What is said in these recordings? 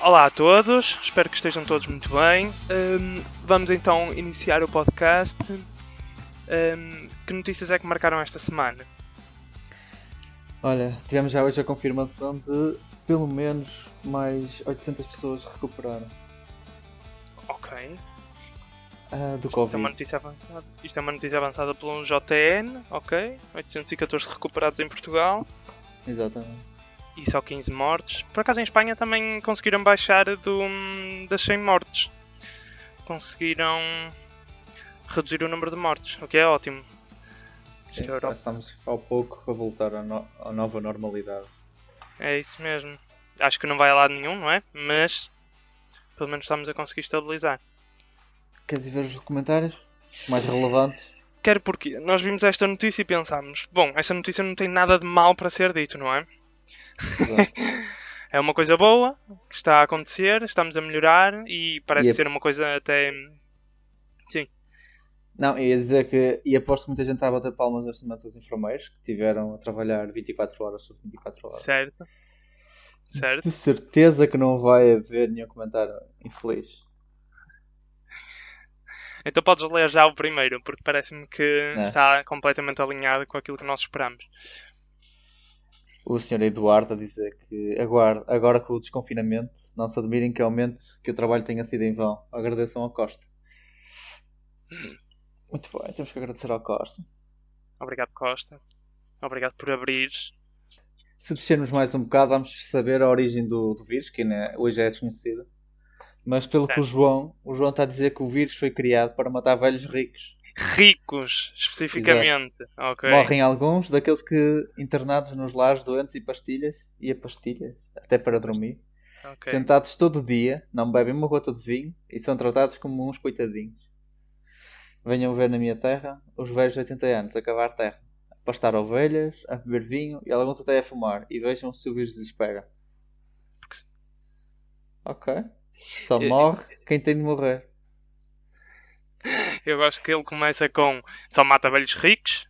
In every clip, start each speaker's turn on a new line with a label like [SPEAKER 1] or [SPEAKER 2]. [SPEAKER 1] Olá a todos, espero que estejam todos muito bem. Hum, vamos então iniciar o podcast. Hum, que notícias é que marcaram esta semana?
[SPEAKER 2] Olha, tivemos já hoje a confirmação de pelo menos mais 800 pessoas recuperaram
[SPEAKER 1] Ok,
[SPEAKER 2] ah, do
[SPEAKER 1] isto é, uma
[SPEAKER 2] Covid.
[SPEAKER 1] notícia avançada. isto é uma notícia avançada por um JN, ok? 814 recuperados em Portugal
[SPEAKER 2] Exatamente.
[SPEAKER 1] e só 15 mortes. Por acaso em Espanha também conseguiram baixar do, das 100 mortes. Conseguiram reduzir o número de mortes, o que é ótimo. Acho
[SPEAKER 2] Sim,
[SPEAKER 1] que é a Europa
[SPEAKER 2] já estamos ao pouco a voltar à, no- à nova normalidade.
[SPEAKER 1] É isso mesmo. Acho que não vai a lado nenhum, não é? Mas pelo menos estamos a conseguir estabilizar.
[SPEAKER 2] Queres ir ver os comentários mais relevantes?
[SPEAKER 1] Quer porque nós vimos esta notícia e pensámos: bom, esta notícia não tem nada de mal para ser dito, não é?
[SPEAKER 2] Exato.
[SPEAKER 1] É uma coisa boa que está a acontecer, estamos a melhorar e parece
[SPEAKER 2] E é a-
[SPEAKER 1] ser uma coisa até.
[SPEAKER 2] Não, ia dizer que, e aposto que muita gente está a bater palmas neste momento aos enfermeiros que tiveram a trabalhar 24 horas sobre 24 horas.
[SPEAKER 1] certa. Certo?
[SPEAKER 2] De certeza que não vai haver nenhum comentário infeliz.
[SPEAKER 1] Então podes ler já o primeiro, porque parece-me que
[SPEAKER 2] Não.
[SPEAKER 1] está completamente alinhado com aquilo que nós esperamos.
[SPEAKER 2] O senhor Eduardo a dizer que agora, agora com o desconfinamento, não se admirem que aumente que o trabalho tenha sido em vão. Agradeçam ao Costa. Muito bem, temos que agradecer ao Costa.
[SPEAKER 1] Obrigado, Costa. Obrigado por abrir.
[SPEAKER 2] Se descermos mais um bocado, vamos saber a origem do, do vírus, que ainda hoje é desconhecida. Mas pelo que o
[SPEAKER 1] Certo.
[SPEAKER 2] João, o João está a dizer que o vírus foi criado para matar velhos ricos.
[SPEAKER 1] Ricos, especificamente. Ok.
[SPEAKER 2] Morrem alguns daqueles que internados nos lares, doentes e pastilhas, e a pastilhas, até para dormir.
[SPEAKER 1] ok.
[SPEAKER 2] Sentados todo dia, não bebem uma gota de vinho e são tratados como uns coitadinhos. Venham ver na minha terra os velhos de 80 anos a cavar terra, a pastar ovelhas, a beber vinho e alguns até a fumar. E vejam se o vírus lhes pega. Ok. Só
[SPEAKER 1] Eu-
[SPEAKER 2] morre quem tem de morrer.
[SPEAKER 1] Eu gosto que ele começa com só mata velhos ricos,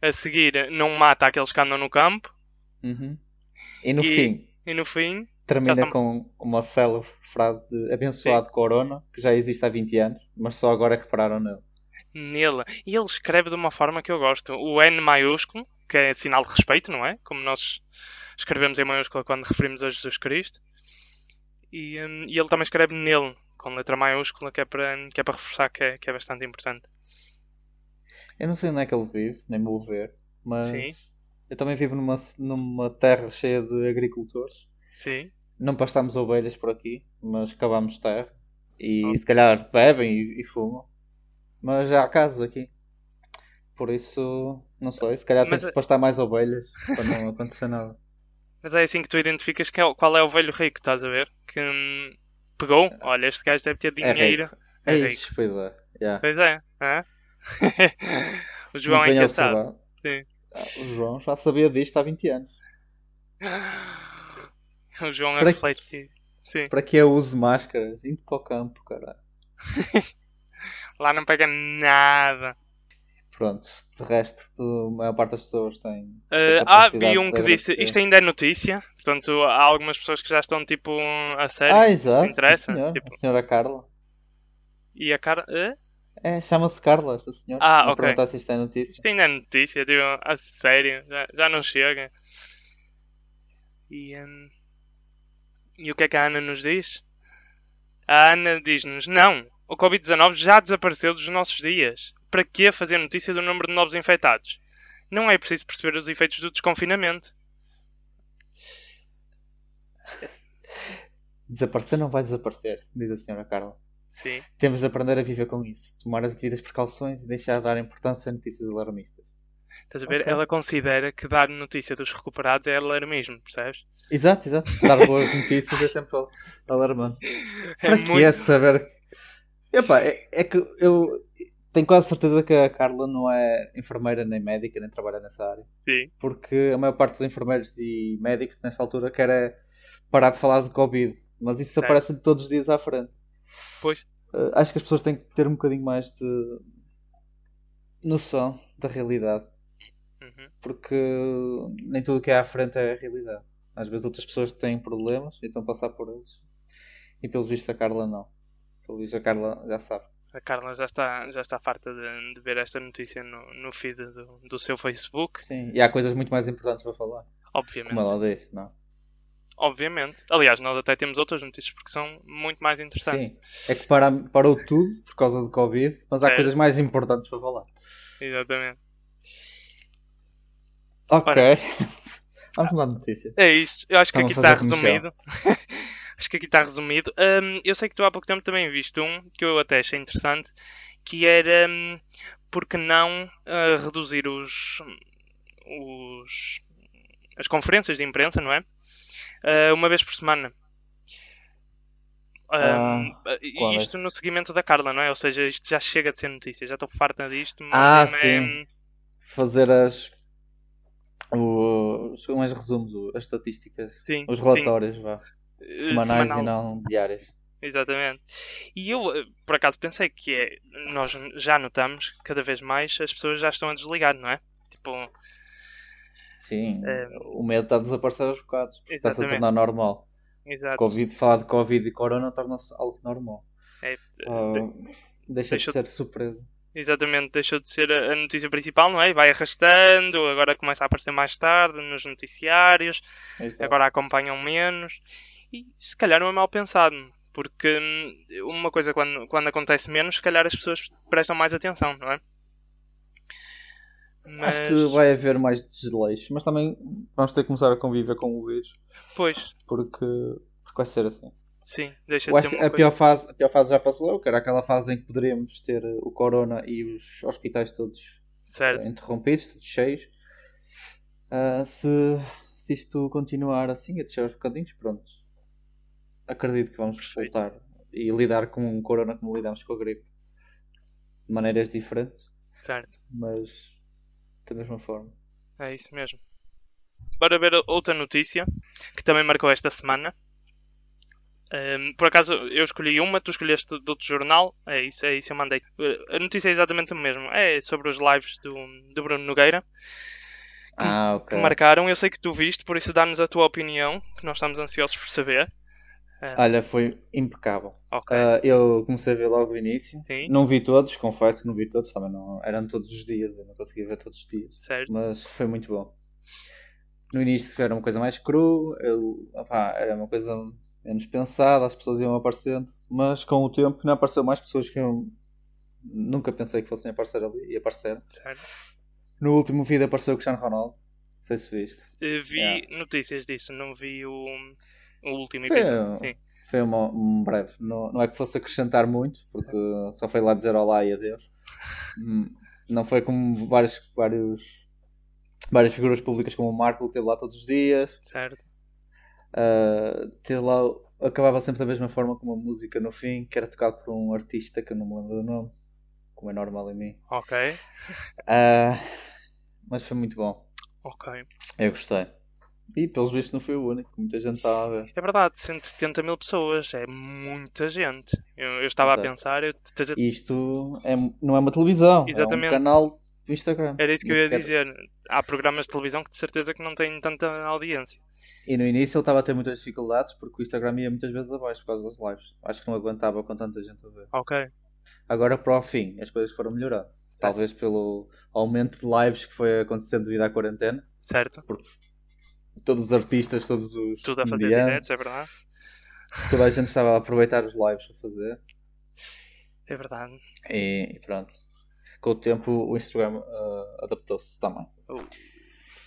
[SPEAKER 1] a seguir não mata aqueles que andam no campo,
[SPEAKER 2] Uhum. E no
[SPEAKER 1] E-
[SPEAKER 2] fim,
[SPEAKER 1] e no fim,
[SPEAKER 2] termina
[SPEAKER 1] tam-
[SPEAKER 2] com uma célebre frase de abençoado corona, que já existe há 20 anos, mas só agora é repararam nele.
[SPEAKER 1] nele. E ele escreve de uma forma que eu gosto. O N maiúsculo, que é sinal de respeito, não é? Como nós escrevemos em maiúscula quando referimos a Jesus Cristo. E, hum, e ele também escreve nele, com letra maiúscula, que é para, que é para reforçar que é, que é bastante importante.
[SPEAKER 2] Eu não sei onde é que ele vive, nem vou ver, mas
[SPEAKER 1] Sim.
[SPEAKER 2] eu também vivo numa, numa terra cheia de agricultores.
[SPEAKER 1] Sim.
[SPEAKER 2] Não pastamos ovelhas por aqui, mas cavamos terra e se calhar bebem e, e fumam. Mas já há casos aqui. Por isso, não sei, se calhar tem
[SPEAKER 1] Mas
[SPEAKER 2] que se
[SPEAKER 1] é-
[SPEAKER 2] pastar mais ovelhas para não acontecer nada.
[SPEAKER 1] Mas é assim que tu identificas que é o- qual é o velho rico, estás a ver? Que hum, pegou, olha, este gajo deve ter
[SPEAKER 2] É rico.
[SPEAKER 1] dinheiro. É
[SPEAKER 2] É
[SPEAKER 1] rico.
[SPEAKER 2] isso, pois é. já.
[SPEAKER 1] Pois é, hã? o João
[SPEAKER 2] Não
[SPEAKER 1] é
[SPEAKER 2] tenho
[SPEAKER 1] inquietado.
[SPEAKER 2] observado.
[SPEAKER 1] Sim.
[SPEAKER 2] Ah, O João já sabia disto há 20 anos.
[SPEAKER 1] O João é
[SPEAKER 2] Para-
[SPEAKER 1] refletido. Sim.
[SPEAKER 2] Para que eu uso máscara? Indo para o campo, caralho.
[SPEAKER 1] Lá não pega nada.
[SPEAKER 2] Pronto, de resto, tu- a maior parte das pessoas
[SPEAKER 1] Uh,
[SPEAKER 2] tem. a
[SPEAKER 1] ah,
[SPEAKER 2] capacidade
[SPEAKER 1] vi um
[SPEAKER 2] de
[SPEAKER 1] que disse.
[SPEAKER 2] agradecer.
[SPEAKER 1] Isto ainda é notícia. Portanto, há algumas pessoas que já estão tipo a sério.
[SPEAKER 2] Ah, exato.
[SPEAKER 1] Não interessa,
[SPEAKER 2] sim, senhor.
[SPEAKER 1] tipo-
[SPEAKER 2] A senhora Carla.
[SPEAKER 1] E a cara. eh? Hã?
[SPEAKER 2] É, chama-se Carla, esta senhora.
[SPEAKER 1] Ah,
[SPEAKER 2] Vou
[SPEAKER 1] ok.
[SPEAKER 2] perguntar se isto é notícia.
[SPEAKER 1] Isto ainda é notícia, tipo, a sério. Já, já não chega. E, hum, e o que é que a Ana nos diz? A Ana diz-nos: não, o Covid-19 já desapareceu dos nossos dias. Para que fazer notícia do número de novos infectados? Não é preciso perceber os efeitos do desconfinamento.
[SPEAKER 2] Desaparecer não vai desaparecer, diz a senhora Carla.
[SPEAKER 1] Sim.
[SPEAKER 2] Temos de aprender a viver com isso, tomar as devidas precauções e deixar de dar importância a notícias alarmistas.
[SPEAKER 1] Estás a ver?
[SPEAKER 2] Ok.
[SPEAKER 1] Ela considera que dar notícia dos recuperados é alarmismo, percebes?
[SPEAKER 2] Exato, exato. Dar boas notícias é sempre al- alarmante. Para que é saber? Epá, é, é que eu tenho quase certeza que a Carla não é enfermeira nem médica, nem trabalha nessa área.
[SPEAKER 1] Sim.
[SPEAKER 2] Porque a maior parte dos enfermeiros e médicos nesta altura quer é parar de falar de Covid. Mas isso
[SPEAKER 1] Certo.
[SPEAKER 2] aparece todos os dias à frente.
[SPEAKER 1] Pois.
[SPEAKER 2] Eh, acho que as pessoas têm que ter um bocadinho mais de noção da realidade.
[SPEAKER 1] Uhum.
[SPEAKER 2] Porque nem tudo o que é à frente é a realidade. Às vezes outras pessoas têm problemas e estão a passar por eles. E pelos vistos a Carla não. Pelo visto a Carla já sabe.
[SPEAKER 1] A Carla já está, já está farta de, de ver esta notícia no, no feed do, do seu Facebook,
[SPEAKER 2] Sim. E há coisas muito mais importantes para falar.
[SPEAKER 1] obviamente.
[SPEAKER 2] Como ela diz, não?
[SPEAKER 1] Obviamente. Aliás, nós até temos outras notícias porque são muito mais interessantes.
[SPEAKER 2] Sim. É que para, parou tudo por causa do Covid, mas há
[SPEAKER 1] Certo.
[SPEAKER 2] coisas mais importantes para falar.
[SPEAKER 1] Exatamente.
[SPEAKER 2] Ok.
[SPEAKER 1] Ora.
[SPEAKER 2] Vamos mudar de notícia.
[SPEAKER 1] É isso. Eu acho que
[SPEAKER 2] Então,
[SPEAKER 1] aqui
[SPEAKER 2] vamos
[SPEAKER 1] está
[SPEAKER 2] fazer comercial.
[SPEAKER 1] resumido. acho que aqui está resumido. Hum, eu sei que tu há pouco tempo também viste um que eu até achei interessante, que era hum, porque não ah, reduzir os, os- as conferências de imprensa, não é? Ah, uma vez por semana. Hum, e
[SPEAKER 2] qual é?
[SPEAKER 1] isto no seguimento da Carla, não é? Ou seja, isto já chega de ser notícia, já estou farta disto. mas
[SPEAKER 2] Ah,
[SPEAKER 1] não é-
[SPEAKER 2] sim. Fazer as. O, são os resumos, o- as estatísticas,
[SPEAKER 1] Sim,
[SPEAKER 2] os
[SPEAKER 1] sim.
[SPEAKER 2] relatórios, vá.
[SPEAKER 1] Eh,
[SPEAKER 2] Semanais
[SPEAKER 1] semanal.
[SPEAKER 2] e não diários.
[SPEAKER 1] Exatamente. E eu, eh, por acaso, pensei que é. Nós já notamos que cada vez mais as pessoas já estão a desligar, não é? Tipo,
[SPEAKER 2] Sim,
[SPEAKER 1] É.
[SPEAKER 2] o medo está a desaparecer aos bocados, porque está-se a
[SPEAKER 1] Exatamente.
[SPEAKER 2] tornar normal.
[SPEAKER 1] exato.
[SPEAKER 2] Covid, falar de Covid e Corona torna-se algo normal.
[SPEAKER 1] É,
[SPEAKER 2] Ah, deixa de
[SPEAKER 1] deixa-
[SPEAKER 2] ser surpresa.
[SPEAKER 1] Exatamente, deixou de ser a a notícia principal, não é? E Vai arrastando, agora começa a aparecer mais tarde nos noticiários,
[SPEAKER 2] Exato.
[SPEAKER 1] agora acompanham menos. E se calhar não é mal pensado, porque hum, uma coisa, quando, quando acontece menos, se calhar as pessoas prestam mais atenção, não é? Mas,
[SPEAKER 2] Acho que vai haver mais desleixo, mas também vamos ter que começar a conviver com o vírus,
[SPEAKER 1] pois,
[SPEAKER 2] porque, porque vai ser assim.
[SPEAKER 1] sim, deixa
[SPEAKER 2] Eu
[SPEAKER 1] de ser uma
[SPEAKER 2] acho que a
[SPEAKER 1] coisa.
[SPEAKER 2] pior, fase, a pior fase já passou, que era aquela fase em que poderíamos ter eh, o corona e os hospitais todos eh,
[SPEAKER 1] Certo.
[SPEAKER 2] interrompidos, todos cheios. Ah, se, se isto continuar assim, a descer aos bocadinhos, pronto. Acredito que vamos
[SPEAKER 1] Perfeito.
[SPEAKER 2] voltar e lidar com o corona como lidamos com a gripe. De maneiras diferentes,
[SPEAKER 1] Certo,
[SPEAKER 2] mas da mesma forma.
[SPEAKER 1] é isso mesmo. Bora ver outra notícia que também marcou esta semana. Ahm, por acaso eu escolhi uma, tu escolheste do outro jornal, é isso, é isso eu mandei. Eh, A notícia é exatamente o mesmo, é sobre os lives do, do Bruno Nogueira
[SPEAKER 2] Ah,
[SPEAKER 1] que
[SPEAKER 2] ok.
[SPEAKER 1] marcaram. Eu sei que tu viste, por isso dá-nos a tua opinião, que nós estamos ansiosos por saber.
[SPEAKER 2] Olha, foi impecável.
[SPEAKER 1] Ok,
[SPEAKER 2] Ah, eu comecei a ver logo do início.
[SPEAKER 1] sim,
[SPEAKER 2] Não vi todos, confesso que não vi todos, também não. Eram todos os dias, eu não conseguia ver todos os dias.
[SPEAKER 1] certo,
[SPEAKER 2] Mas foi muito bom. No início era uma coisa mais crua, eu- opá, era uma coisa menos pensada, as pessoas iam aparecendo, mas com o tempo não apareceu mais pessoas que eu nunca pensei que fossem aparecer ali e apareceram.
[SPEAKER 1] certo.
[SPEAKER 2] No último vídeo apareceu o Cristiano Ronaldo, não sei se viste.
[SPEAKER 1] Eh, Vi
[SPEAKER 2] Yeah.
[SPEAKER 1] notícias disso, não vi o, o último
[SPEAKER 2] Foi
[SPEAKER 1] episódio.
[SPEAKER 2] um-
[SPEAKER 1] Sim,
[SPEAKER 2] Foi uma- um breve, não, não é que fosse acrescentar muito, porque só foi lá dizer olá e adeus. Hum, Não foi como vários, vários, várias figuras públicas como o Marco, que esteve lá todos os dias.
[SPEAKER 1] certo,
[SPEAKER 2] Uh, ter lá o- acabava sempre da mesma forma com uma música no fim, que era tocado por um artista que eu não me lembro do nome, como é normal em mim.
[SPEAKER 1] ok,
[SPEAKER 2] Uh, mas foi muito bom,
[SPEAKER 1] ok.
[SPEAKER 2] eu gostei. E pelos vistos não foi o único, muita gente estava a ver.
[SPEAKER 1] É verdade, 170 mil pessoas, é muita gente. Eu, eu estava
[SPEAKER 2] Exato.
[SPEAKER 1] a pensar, eu, te- te-
[SPEAKER 2] E isto é, não é uma televisão, é
[SPEAKER 1] Exatamente.
[SPEAKER 2] um canal do Instagram.
[SPEAKER 1] era isso que eu
[SPEAKER 2] Nem
[SPEAKER 1] ia
[SPEAKER 2] sequer-
[SPEAKER 1] dizer. Há programas de televisão que de certeza que não têm tanta audiência.
[SPEAKER 2] E no início ele estava a ter muitas dificuldades porque o Instagram ia muitas vezes abaixo por causa das lives. Acho que não aguentava com tanta gente a ver.
[SPEAKER 1] Ok,
[SPEAKER 2] Agora para o fim, as coisas foram melhorando. Talvez pelo aumento de lives que foi acontecendo devido à quarentena.
[SPEAKER 1] certo.
[SPEAKER 2] Todos os artistas, todos os
[SPEAKER 1] Tudo a fazer
[SPEAKER 2] comediantes,
[SPEAKER 1] diretos, é verdade.
[SPEAKER 2] toda a gente estava a aproveitar os lives para fazer.
[SPEAKER 1] É verdade.
[SPEAKER 2] E, e pronto. Com o tempo o Instagram ah, adaptou-se também.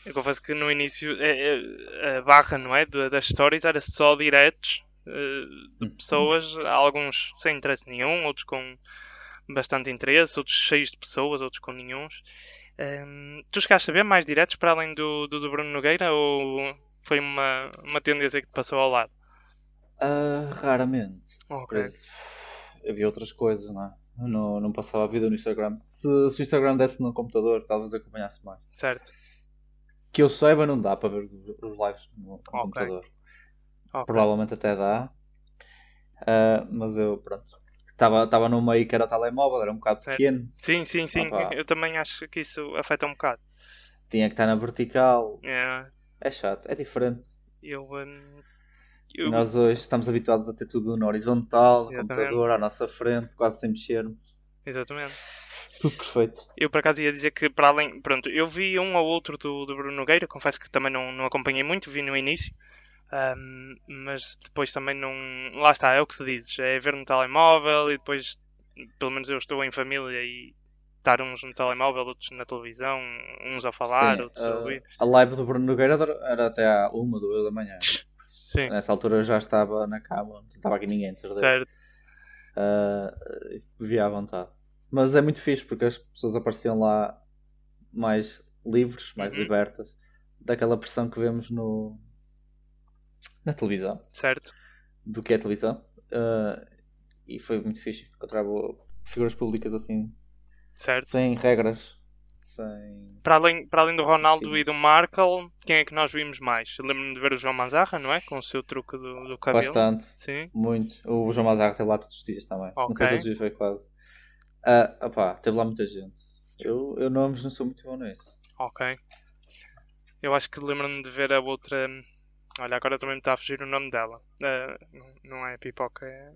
[SPEAKER 1] Eu confesso que no início é- é- a barra, não é? da- Das stories era só diretos eh, de pessoas, alguns sem interesse nenhum, outros com bastante interesse, outros cheios de pessoas, outros com nenhum. Ehm, tu chegaste a ver mais diretos para além do, do, do Bruno Nogueira ou foi uma, uma tendência que te passou ao lado?
[SPEAKER 2] Ah, raramente. Por
[SPEAKER 1] Ok,
[SPEAKER 2] isso, havia outras coisas, não é? Eu não, não passava a vida no Instagram. Se, se o Instagram desse no computador, talvez acompanhasse mais.
[SPEAKER 1] certo.
[SPEAKER 2] Que eu saiba, não dá para ver os lives no computador.
[SPEAKER 1] Ok.
[SPEAKER 2] Provavelmente até dá. Ah, mas eu, pronto. Estava no meio que era o telemóvel, era um bocado
[SPEAKER 1] Certo.
[SPEAKER 2] pequeno.
[SPEAKER 1] Sim, sim, sim.
[SPEAKER 2] Opa.
[SPEAKER 1] Eu também acho que isso afeta um bocado.
[SPEAKER 2] Tinha que estar na vertical.
[SPEAKER 1] É,
[SPEAKER 2] É chato, é diferente.
[SPEAKER 1] Eu, hum, eu-
[SPEAKER 2] Nós hoje estamos habituados a ter tudo na horizontal, no
[SPEAKER 1] Exatamente.
[SPEAKER 2] computador, à nossa frente, quase sem mexermos.
[SPEAKER 1] Exatamente.
[SPEAKER 2] Tudo perfeito.
[SPEAKER 1] Eu por acaso ia dizer que para além. Pronto, eu vi um ou outro do, do Bruno Nogueira, confesso que também não, não acompanhei muito, vi no início. Ahm, mas depois também não. Lá está, é o que se dizes. É ver no telemóvel e depois, pelo menos eu estou em família e estar uns no telemóvel, outros na televisão, uns a falar,
[SPEAKER 2] Sim,
[SPEAKER 1] outros a
[SPEAKER 2] ah,
[SPEAKER 1] ouvir.
[SPEAKER 2] a live do Bruno Nogueira era- era até à uma, duas da manhã.
[SPEAKER 1] Sim,
[SPEAKER 2] Nessa altura eu já estava na cama, não estava aqui ninguém, de certeza.
[SPEAKER 1] certo.
[SPEAKER 2] Ah, via à vontade. Mas é muito fixe porque as pessoas apareciam lá mais livres, mais
[SPEAKER 1] Uhum.
[SPEAKER 2] libertas, daquela pressão que vemos no na televisão,
[SPEAKER 1] Certo.
[SPEAKER 2] do que é televisão. Ah, e foi muito fixe encontrar boa- figuras públicas assim,
[SPEAKER 1] Certo.
[SPEAKER 2] sem regras, sem.
[SPEAKER 1] Para além, para além do Ronaldo e do Markle, quem é que nós vimos mais? Lembro-me de ver o João Manzarra, não é? Com o seu truque do, do cabelo.
[SPEAKER 2] Bastante.
[SPEAKER 1] Sim,
[SPEAKER 2] Muito. O João Mazarra esteve lá todos os dias também. Se Não
[SPEAKER 1] Ok.
[SPEAKER 2] foi todos os dias, foi quase. Ah, opá, teve lá muita gente. Eu, eu nomes não sou muito bom nisso.
[SPEAKER 1] ok. Eu acho que lembro-me de ver a outra. hum, Olha, agora também me está a fugir o nome dela. Ah, não- não é pipoca, é.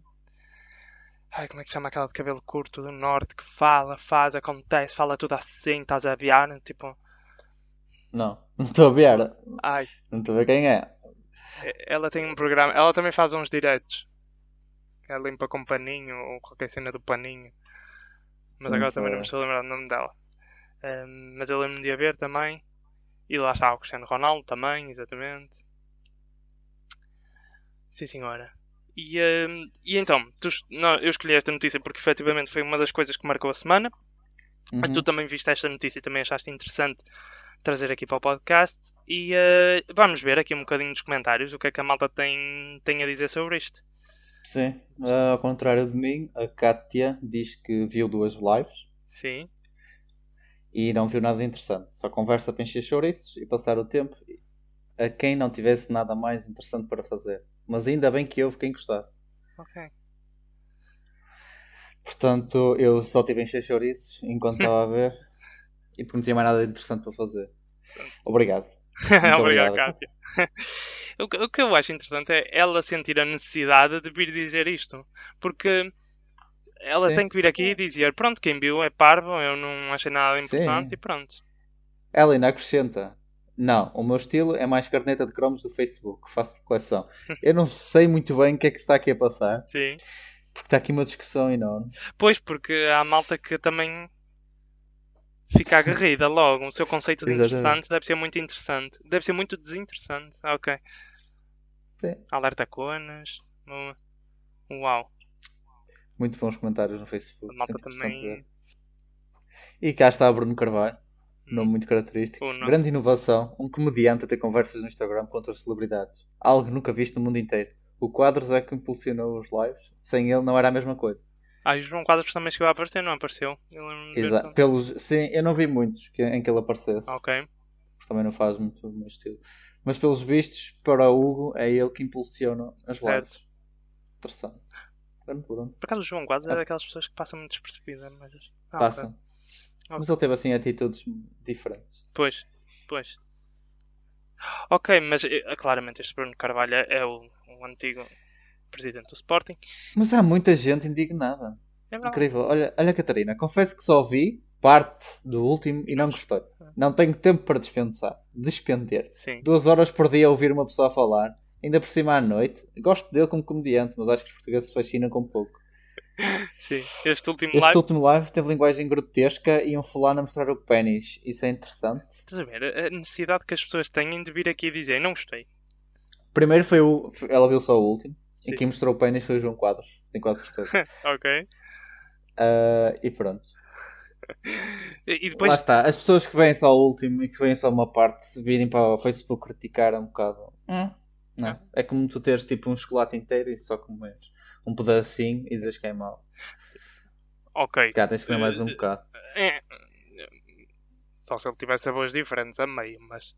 [SPEAKER 1] Ai, como é que se chama aquela de cabelo curto do norte que fala, faz, acontece, fala tudo assim, estás a aviar? Tipo,
[SPEAKER 2] Não, não estou a ver.
[SPEAKER 1] ai,
[SPEAKER 2] Não estou a ver quem é.
[SPEAKER 1] ela tem um programa, ela também faz uns diretos. Ela limpa com paninho ou qualquer cena do paninho. Mas
[SPEAKER 2] Não
[SPEAKER 1] agora também não me estou
[SPEAKER 2] sei.
[SPEAKER 1] a lembrar do nome dela. Ahm, mas eu lembro-me de a ver também. E lá está o Cristiano Ronaldo também, exatamente. Sim, senhora. E, ahm, e então, tu es- nó- eu escolhi esta notícia porque efetivamente foi uma das coisas que marcou a semana.
[SPEAKER 2] Uhum.
[SPEAKER 1] Tu também viste esta notícia e também achaste interessante trazer aqui para o podcast. E eh, vamos ver aqui um bocadinho nos comentários o que é que a malta tem, tem a dizer sobre isto.
[SPEAKER 2] Sim, ah, ao contrário de mim, a Kátia diz que viu duas lives
[SPEAKER 1] Sim,
[SPEAKER 2] e não viu nada interessante. Só conversa para encher chouriços e passar o tempo a quem não tivesse nada mais interessante para fazer. Mas ainda bem que houve quem gostasse.
[SPEAKER 1] ok.
[SPEAKER 2] Portanto, eu só tive a encher chouriços enquanto estava a ver e porque não tinha mais nada interessante para fazer. Obrigado.
[SPEAKER 1] Obrigado,
[SPEAKER 2] obrigado.
[SPEAKER 1] Cátia. o, que, o que eu acho interessante é ela sentir a necessidade de vir dizer isto. Porque ela
[SPEAKER 2] Sim.
[SPEAKER 1] tem que vir aqui e dizer: pronto, quem viu é parvo, eu não achei nada
[SPEAKER 2] Sim.
[SPEAKER 1] importante e pronto.
[SPEAKER 2] Ela ainda acrescenta: Não, o meu estilo é mais carneta de cromos do Facebook, faço de coleção. Eu não sei muito bem o que é que se está aqui a passar,
[SPEAKER 1] Sim.
[SPEAKER 2] porque está Tá aqui uma discussão enorme.
[SPEAKER 1] Pois, porque há malta que também fica aguerrida logo. O seu conceito de
[SPEAKER 2] Exatamente.
[SPEAKER 1] interessante deve ser muito interessante. Deve ser muito desinteressante. Ah, Ok.
[SPEAKER 2] Sim.
[SPEAKER 1] Alerta conas. Boa. Uau.
[SPEAKER 2] Muito bons comentários no Facebook.
[SPEAKER 1] A malta
[SPEAKER 2] sempre interessante
[SPEAKER 1] também.
[SPEAKER 2] ver. E cá está Bruno Carvalho, nome muito característico.
[SPEAKER 1] Hum. O nome.
[SPEAKER 2] Grande inovação, um comediante a ter conversas no Instagram com outras celebridades. Algo nunca visto no mundo inteiro. O Quadros é que impulsionou os lives, sem ele não era a mesma coisa.
[SPEAKER 1] Ah, e o João Quadros também chegou a aparecer, não apareceu? Eu lembro-me de ver
[SPEAKER 2] Exato.
[SPEAKER 1] tudo.
[SPEAKER 2] Pelos... Sim, eu não vi muitos que- em que ele aparecesse.
[SPEAKER 1] Ok.
[SPEAKER 2] porque também não faz muito o meu estilo. Mas pelos vistos, para o Hugo, é ele que impulsiona as lives.
[SPEAKER 1] Certo.
[SPEAKER 2] Interessante. Grande Bruno.
[SPEAKER 1] Por acaso o João Quadros é
[SPEAKER 2] Ah.
[SPEAKER 1] daquelas pessoas que passam muito despercebida, mas. Ah, ok.
[SPEAKER 2] Passa.
[SPEAKER 1] Ok.
[SPEAKER 2] Mas ele teve assim atitudes diferentes.
[SPEAKER 1] Pois, pois. Ok, mas eh, claramente este Bruno Carvalho é é o, o antigo presidente do Sporting.
[SPEAKER 2] Mas há muita gente indignada.
[SPEAKER 1] É verdade.
[SPEAKER 2] Incrível. Olha, olha Catarina, confesso que só vi parte do último e não gostei. Não tenho tempo para dispensar. Despender.
[SPEAKER 1] Sim.
[SPEAKER 2] Duas horas por dia a ouvir uma pessoa a falar. Ainda por cima à noite. Gosto dele como comediante, mas acho que os portugueses se fascinam com pouco.
[SPEAKER 1] Sim, este último
[SPEAKER 2] Este
[SPEAKER 1] Um live,
[SPEAKER 2] último live teve linguagem grotesca e um fulano a mostrar o pênis. Isso é interessante.
[SPEAKER 1] estás a ver, a a necessidade que as pessoas têm de vir aqui dizer não gostei.
[SPEAKER 2] Primeiro foi o. foi- Ela viu só o último.
[SPEAKER 1] Sim.
[SPEAKER 2] E quem mostrou o pênis foi o João Quadros. Tenho quase certeza.
[SPEAKER 1] Ok?
[SPEAKER 2] Ah, e pronto.
[SPEAKER 1] E, e
[SPEAKER 2] Lá
[SPEAKER 1] depois,
[SPEAKER 2] está. As pessoas que veem só o último e que veem só uma parte de virem para o Facebook criticar é um bocado. "Hum, Não. É como tu teres tipo um chocolate inteiro e só comeres um pedacinho e dizes que é mau.
[SPEAKER 1] ok.
[SPEAKER 2] Se calhar tens que comer mais um bocado.
[SPEAKER 1] É. Só se ele tivesse sabores diferentes a meio, mas.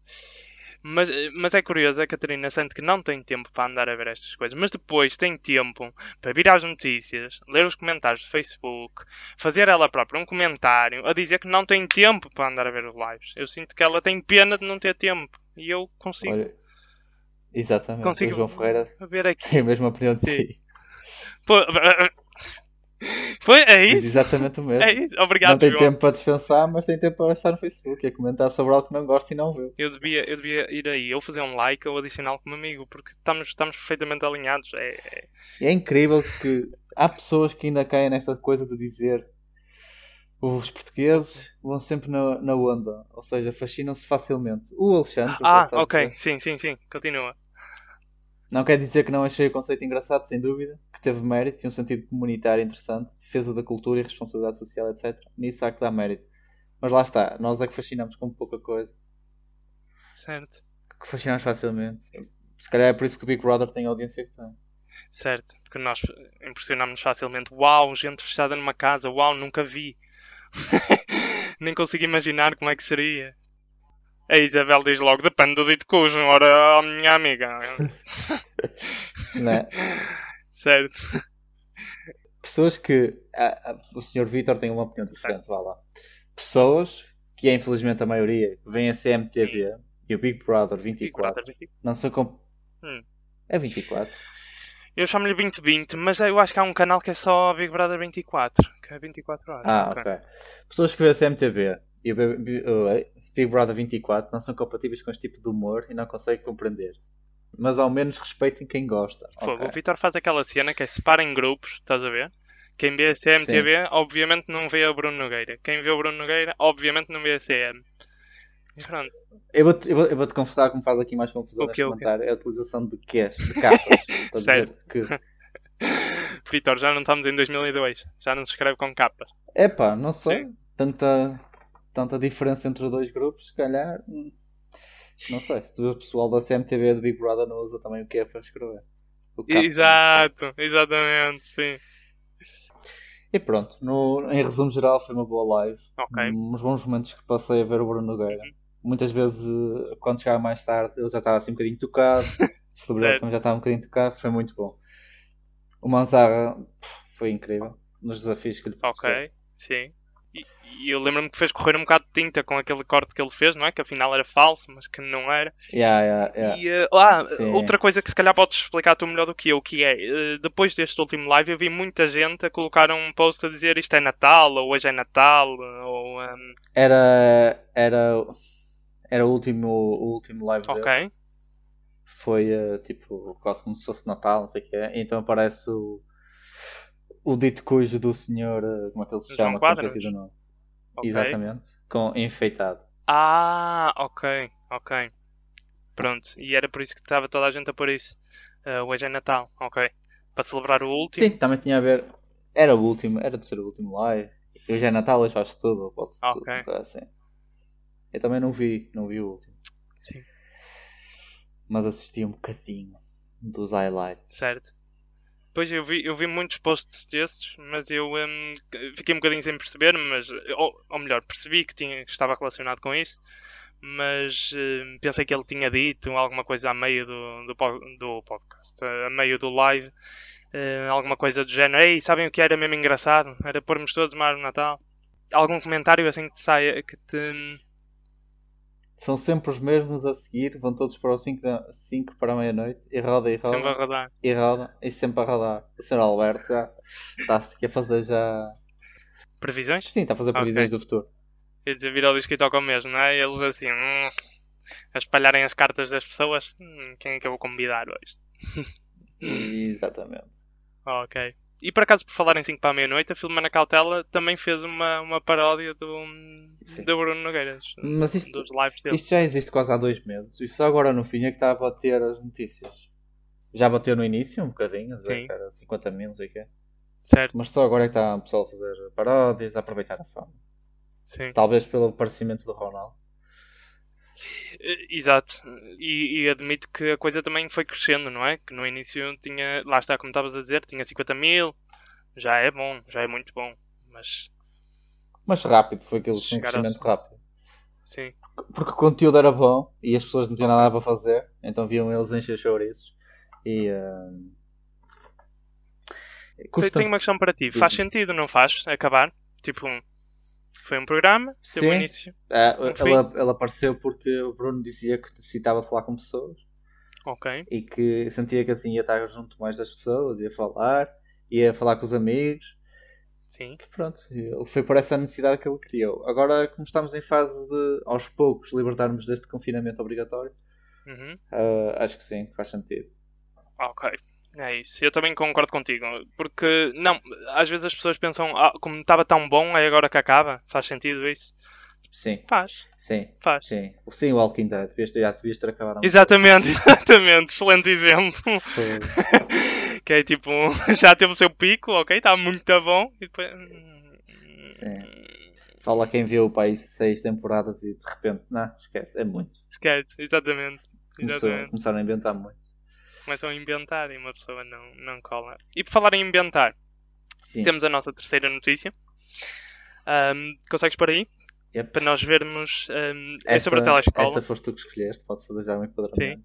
[SPEAKER 1] Mas, eh, mas é curioso, a Catarina sente que não tem tempo para andar a ver estas coisas, mas depois tem tempo para vir às notícias, ler os comentários do Facebook, fazer ela própria um comentário a dizer que não tem tempo para andar a ver os lives. Eu sinto que ela tem pena de não ter tempo e eu consigo.
[SPEAKER 2] Olha, Exatamente.
[SPEAKER 1] Consigo-
[SPEAKER 2] É, O João Ferreira
[SPEAKER 1] Ver aqui.
[SPEAKER 2] tem a mesma opinião de ti.
[SPEAKER 1] Pô, Foi? É
[SPEAKER 2] Diz
[SPEAKER 1] isso?
[SPEAKER 2] exatamente o mesmo.
[SPEAKER 1] É isso? Obrigado,
[SPEAKER 2] não tem
[SPEAKER 1] João.
[SPEAKER 2] tempo para dispensar, mas tem tempo para estar no Facebook. É comentar sobre algo que não gosta e não viu.
[SPEAKER 1] Eu devia, eu devia ir aí, ou fazer um like ou adicional como amigo, porque estamos, estamos perfeitamente alinhados. É, é-
[SPEAKER 2] E é incrível que há pessoas que ainda caem nesta coisa de dizer os portugueses vão sempre na, na onda, ou seja, fascinam-se facilmente. O Alexandre, o
[SPEAKER 1] Ah,
[SPEAKER 2] passado
[SPEAKER 1] ok,
[SPEAKER 2] que-
[SPEAKER 1] sim, sim, sim, continua.
[SPEAKER 2] não quer dizer que não achei o conceito engraçado, sem dúvida, que teve mérito e um sentido comunitário interessante, defesa da cultura e responsabilidade social, etc. Nisso há que dar mérito. Mas lá está, nós é que fascinamos com pouca coisa,
[SPEAKER 1] Certo,
[SPEAKER 2] que fascinamos facilmente. Se calhar é por isso que o Big Brother tem a audiência que tem.
[SPEAKER 1] certo, porque nós impressionamos-nos facilmente. Uau, gente fechada numa casa, uau, nunca vi. Nem consigo imaginar como é que seria. A Isabel diz logo, depende do dito cujo, ora, ó, minha amiga.
[SPEAKER 2] Não é?
[SPEAKER 1] Certo,
[SPEAKER 2] pessoas que. ah, ah, o senhor Vitor tem uma opinião diferente, vá lá. Pessoas que é infelizmente a maioria, que vêm a CMTV e o Big Brother 24, não são. Com...
[SPEAKER 1] Hum.
[SPEAKER 2] É 24.
[SPEAKER 1] Eu chamo-lhe 2020, mas eu acho que há um canal que é só Big Brother 24, que é 24 horas.
[SPEAKER 2] Ah,
[SPEAKER 1] Ok.
[SPEAKER 2] ok. Pessoas que vêm a CMTV e o B- B- o Big Brother 24 não são compatíveis com este tipo de humor e não conseguem compreender. Mas ao menos respeitem quem gosta.
[SPEAKER 1] Fogo,
[SPEAKER 2] Ok.
[SPEAKER 1] o Vitor faz aquela cena que é separa em grupos, estás a ver? Quem vê a CMTV, obviamente não vê a Bruno Nogueira. Quem vê o Bruno Nogueira, obviamente não vê a CM. E pronto,
[SPEAKER 2] Eu vou-te eu vou, eu vou-te confessar que me faz aqui mais confusão
[SPEAKER 1] O
[SPEAKER 2] neste
[SPEAKER 1] quê, o quê?
[SPEAKER 2] comentário. É a utilização de quês, de capas. Estou a dizer que
[SPEAKER 1] Vitor, já não estamos em 2002, já não se escreve com capas.
[SPEAKER 2] Epá, não sei. Tanta, tanta diferença entre dois grupos, se calhar. hum, Não sei. Se o pessoal da CMTV e do Big Brother não usa também o que é para escrever. O cap-
[SPEAKER 1] Exato, exatamente, sim.
[SPEAKER 2] E pronto, no- em resumo geral, foi uma boa live.
[SPEAKER 1] Ok. Uhum.
[SPEAKER 2] Uns bons momentos que passei a ver o Bruno Nogueira. Muitas vezes, eh, quando chegava mais tarde, ele já estava assim um bocadinho tocado. A celebração já estava um bocadinho tocado. Foi muito bom. O Manzarra pff, foi incrível. Nos desafios que lhe propuseram.
[SPEAKER 1] Ok, sim. E, e eu lembro-me que fez correr um bocado de tinta com aquele corte que ele fez, não é? Que afinal era falso, mas que não era.
[SPEAKER 2] Yeah, yeah, yeah.
[SPEAKER 1] E eh, ah,
[SPEAKER 2] É. Sim.
[SPEAKER 1] outra coisa que se calhar podes explicar tu melhor do que eu, que é, eh, depois deste último live eu vi muita gente a colocar um post a dizer isto é Natal, ou hoje é Natal, ou... ehm,
[SPEAKER 2] Era. Era. Era o último, o último live dele.
[SPEAKER 1] ok,
[SPEAKER 2] Foi eh, tipo, quase como se fosse Natal, não sei o que é. Então aparece o. O dito cujo do senhor. eh, Como é que ele se
[SPEAKER 1] João
[SPEAKER 2] chama?
[SPEAKER 1] Quadros.
[SPEAKER 2] Esqueci do nome.
[SPEAKER 1] ok.
[SPEAKER 2] Exatamente. Com enfeitado.
[SPEAKER 1] Ah, ok, ok. Pronto, e era por isso que estava toda a gente a pôr isso. Eh, hoje é Natal, ok. Para celebrar o último,
[SPEAKER 2] Sim, também tinha a ver. Era o último, era de ser o último live. Hoje é Natal, hoje faz tudo, pode-se tudo,
[SPEAKER 1] Ok.
[SPEAKER 2] uma coisa assim. Eu também não vi, não vi o último.
[SPEAKER 1] Sim.
[SPEAKER 2] Mas assisti um bocadinho dos highlights.
[SPEAKER 1] certo. Pois eu vi, eu vi muitos posts desses, mas eu ehm, fiquei um bocadinho sem perceber, mas ou, ou melhor, percebi que tinha, que estava relacionado com isso, mas ehm, pensei que ele tinha dito alguma coisa a meio do, do, po- do podcast, eh, a meio do live, eh, alguma coisa do género. Ei, sabem o que era mesmo engraçado? Era pormos todos uma árvore de Natal. Algum comentário assim que te saia, que te. hum,
[SPEAKER 2] São sempre os mesmos a seguir, vão todos para o 5 para a meia-noite e roda e roda
[SPEAKER 1] sempre a rodar.
[SPEAKER 2] e roda e sempre a rodar. O Sr. Alberto já está a fazer já.
[SPEAKER 1] Previsões?
[SPEAKER 2] Sim, está a fazer
[SPEAKER 1] Ah, Ok.
[SPEAKER 2] previsões do futuro.
[SPEAKER 1] Quer dizer, vira o disco e toca o mesmo, não é? Eles assim, hum, a espalharem as cartas das pessoas, hum, quem é que eu vou convidar hoje?
[SPEAKER 2] Exatamente.
[SPEAKER 1] Ok. E por acaso, por falar em 5 para a meia-noite, a Filomena Cautela também fez uma, uma paródia do,
[SPEAKER 2] Sim.
[SPEAKER 1] do Bruno Nogueira, dos,
[SPEAKER 2] Mas isto,
[SPEAKER 1] dos lives dele.
[SPEAKER 2] Isto já existe quase há dois meses e só agora no fim é que está a bater as notícias. Já bateu no início um bocadinho, a dizer
[SPEAKER 1] Sim.
[SPEAKER 2] que era 50 mil, não sei o quê.
[SPEAKER 1] Certo?
[SPEAKER 2] Mas só agora é que está o pessoal a fazer paródias, a aproveitar a fama.
[SPEAKER 1] Sim.
[SPEAKER 2] Talvez pelo aparecimento do Ronaldo.
[SPEAKER 1] Eh, Exato, e, e admito que a coisa também foi crescendo, não é? Que no início tinha, lá está, como estavas a dizer, tinha 50 mil, já é bom, já é muito bom, mas
[SPEAKER 2] Mas rápido, foi aquilo, foi um
[SPEAKER 1] Chegar ao
[SPEAKER 2] crescimento rápido.
[SPEAKER 1] sim,
[SPEAKER 2] Porque o conteúdo era bom e as pessoas não tinham nada para fazer, então viam eles encher chouriços. E. hum,
[SPEAKER 1] Te-
[SPEAKER 2] custa-
[SPEAKER 1] Tenho uma questão para ti. Faz
[SPEAKER 2] Diz-me.
[SPEAKER 1] sentido, não faz? Acabar? Tipo, um- foi um programa, teve um
[SPEAKER 2] Sim.
[SPEAKER 1] início.
[SPEAKER 2] Ah,
[SPEAKER 1] no fim.
[SPEAKER 2] ela, ela apareceu porque o Bruno dizia que necessitava falar com pessoas.
[SPEAKER 1] Ok.
[SPEAKER 2] e que sentia que assim ia estar junto mais das pessoas, ia falar, ia falar com os amigos.
[SPEAKER 1] Sim.
[SPEAKER 2] Que pronto, ele foi por essa necessidade que ele criou. Agora, como estamos em fase de, aos poucos, libertarmos deste confinamento obrigatório,
[SPEAKER 1] Uhum.
[SPEAKER 2] ah, acho que sim, faz sentido.
[SPEAKER 1] Ok. É isso. Eu também concordo contigo. Porque, não, às vezes as pessoas pensam, ah, como estava tão bom, é agora que acaba. Faz sentido isso?
[SPEAKER 2] Sim,
[SPEAKER 1] Faz,
[SPEAKER 2] sim,
[SPEAKER 1] faz.
[SPEAKER 2] sim. Sim, o Walking Dead, devias ter, já devias ter acabado há muito
[SPEAKER 1] Exatamente, exatamente. Excelente exemplo.
[SPEAKER 2] tempo.
[SPEAKER 1] Que é tipo, já teve o seu pico, ok, está muito bom. E depois. hum,
[SPEAKER 2] Sim. Fala quem viu o país seis temporadas e de repente, não, esquece, é muito.
[SPEAKER 1] Esquece, exatamente.
[SPEAKER 2] Começou-
[SPEAKER 1] Exatamente.
[SPEAKER 2] começaram a inventar muito.
[SPEAKER 1] Começam a é um inventar e uma pessoa não, não cola. E por falar em inventar,
[SPEAKER 2] Sim,
[SPEAKER 1] temos a nossa terceira notícia. Ahm, consegues por aí?
[SPEAKER 2] Yep.
[SPEAKER 1] Para nós vermos. ahm, é sobre a
[SPEAKER 2] Esta-
[SPEAKER 1] telescola.
[SPEAKER 2] Esta foste tu que escolheste, podes fazer já um enquadramento.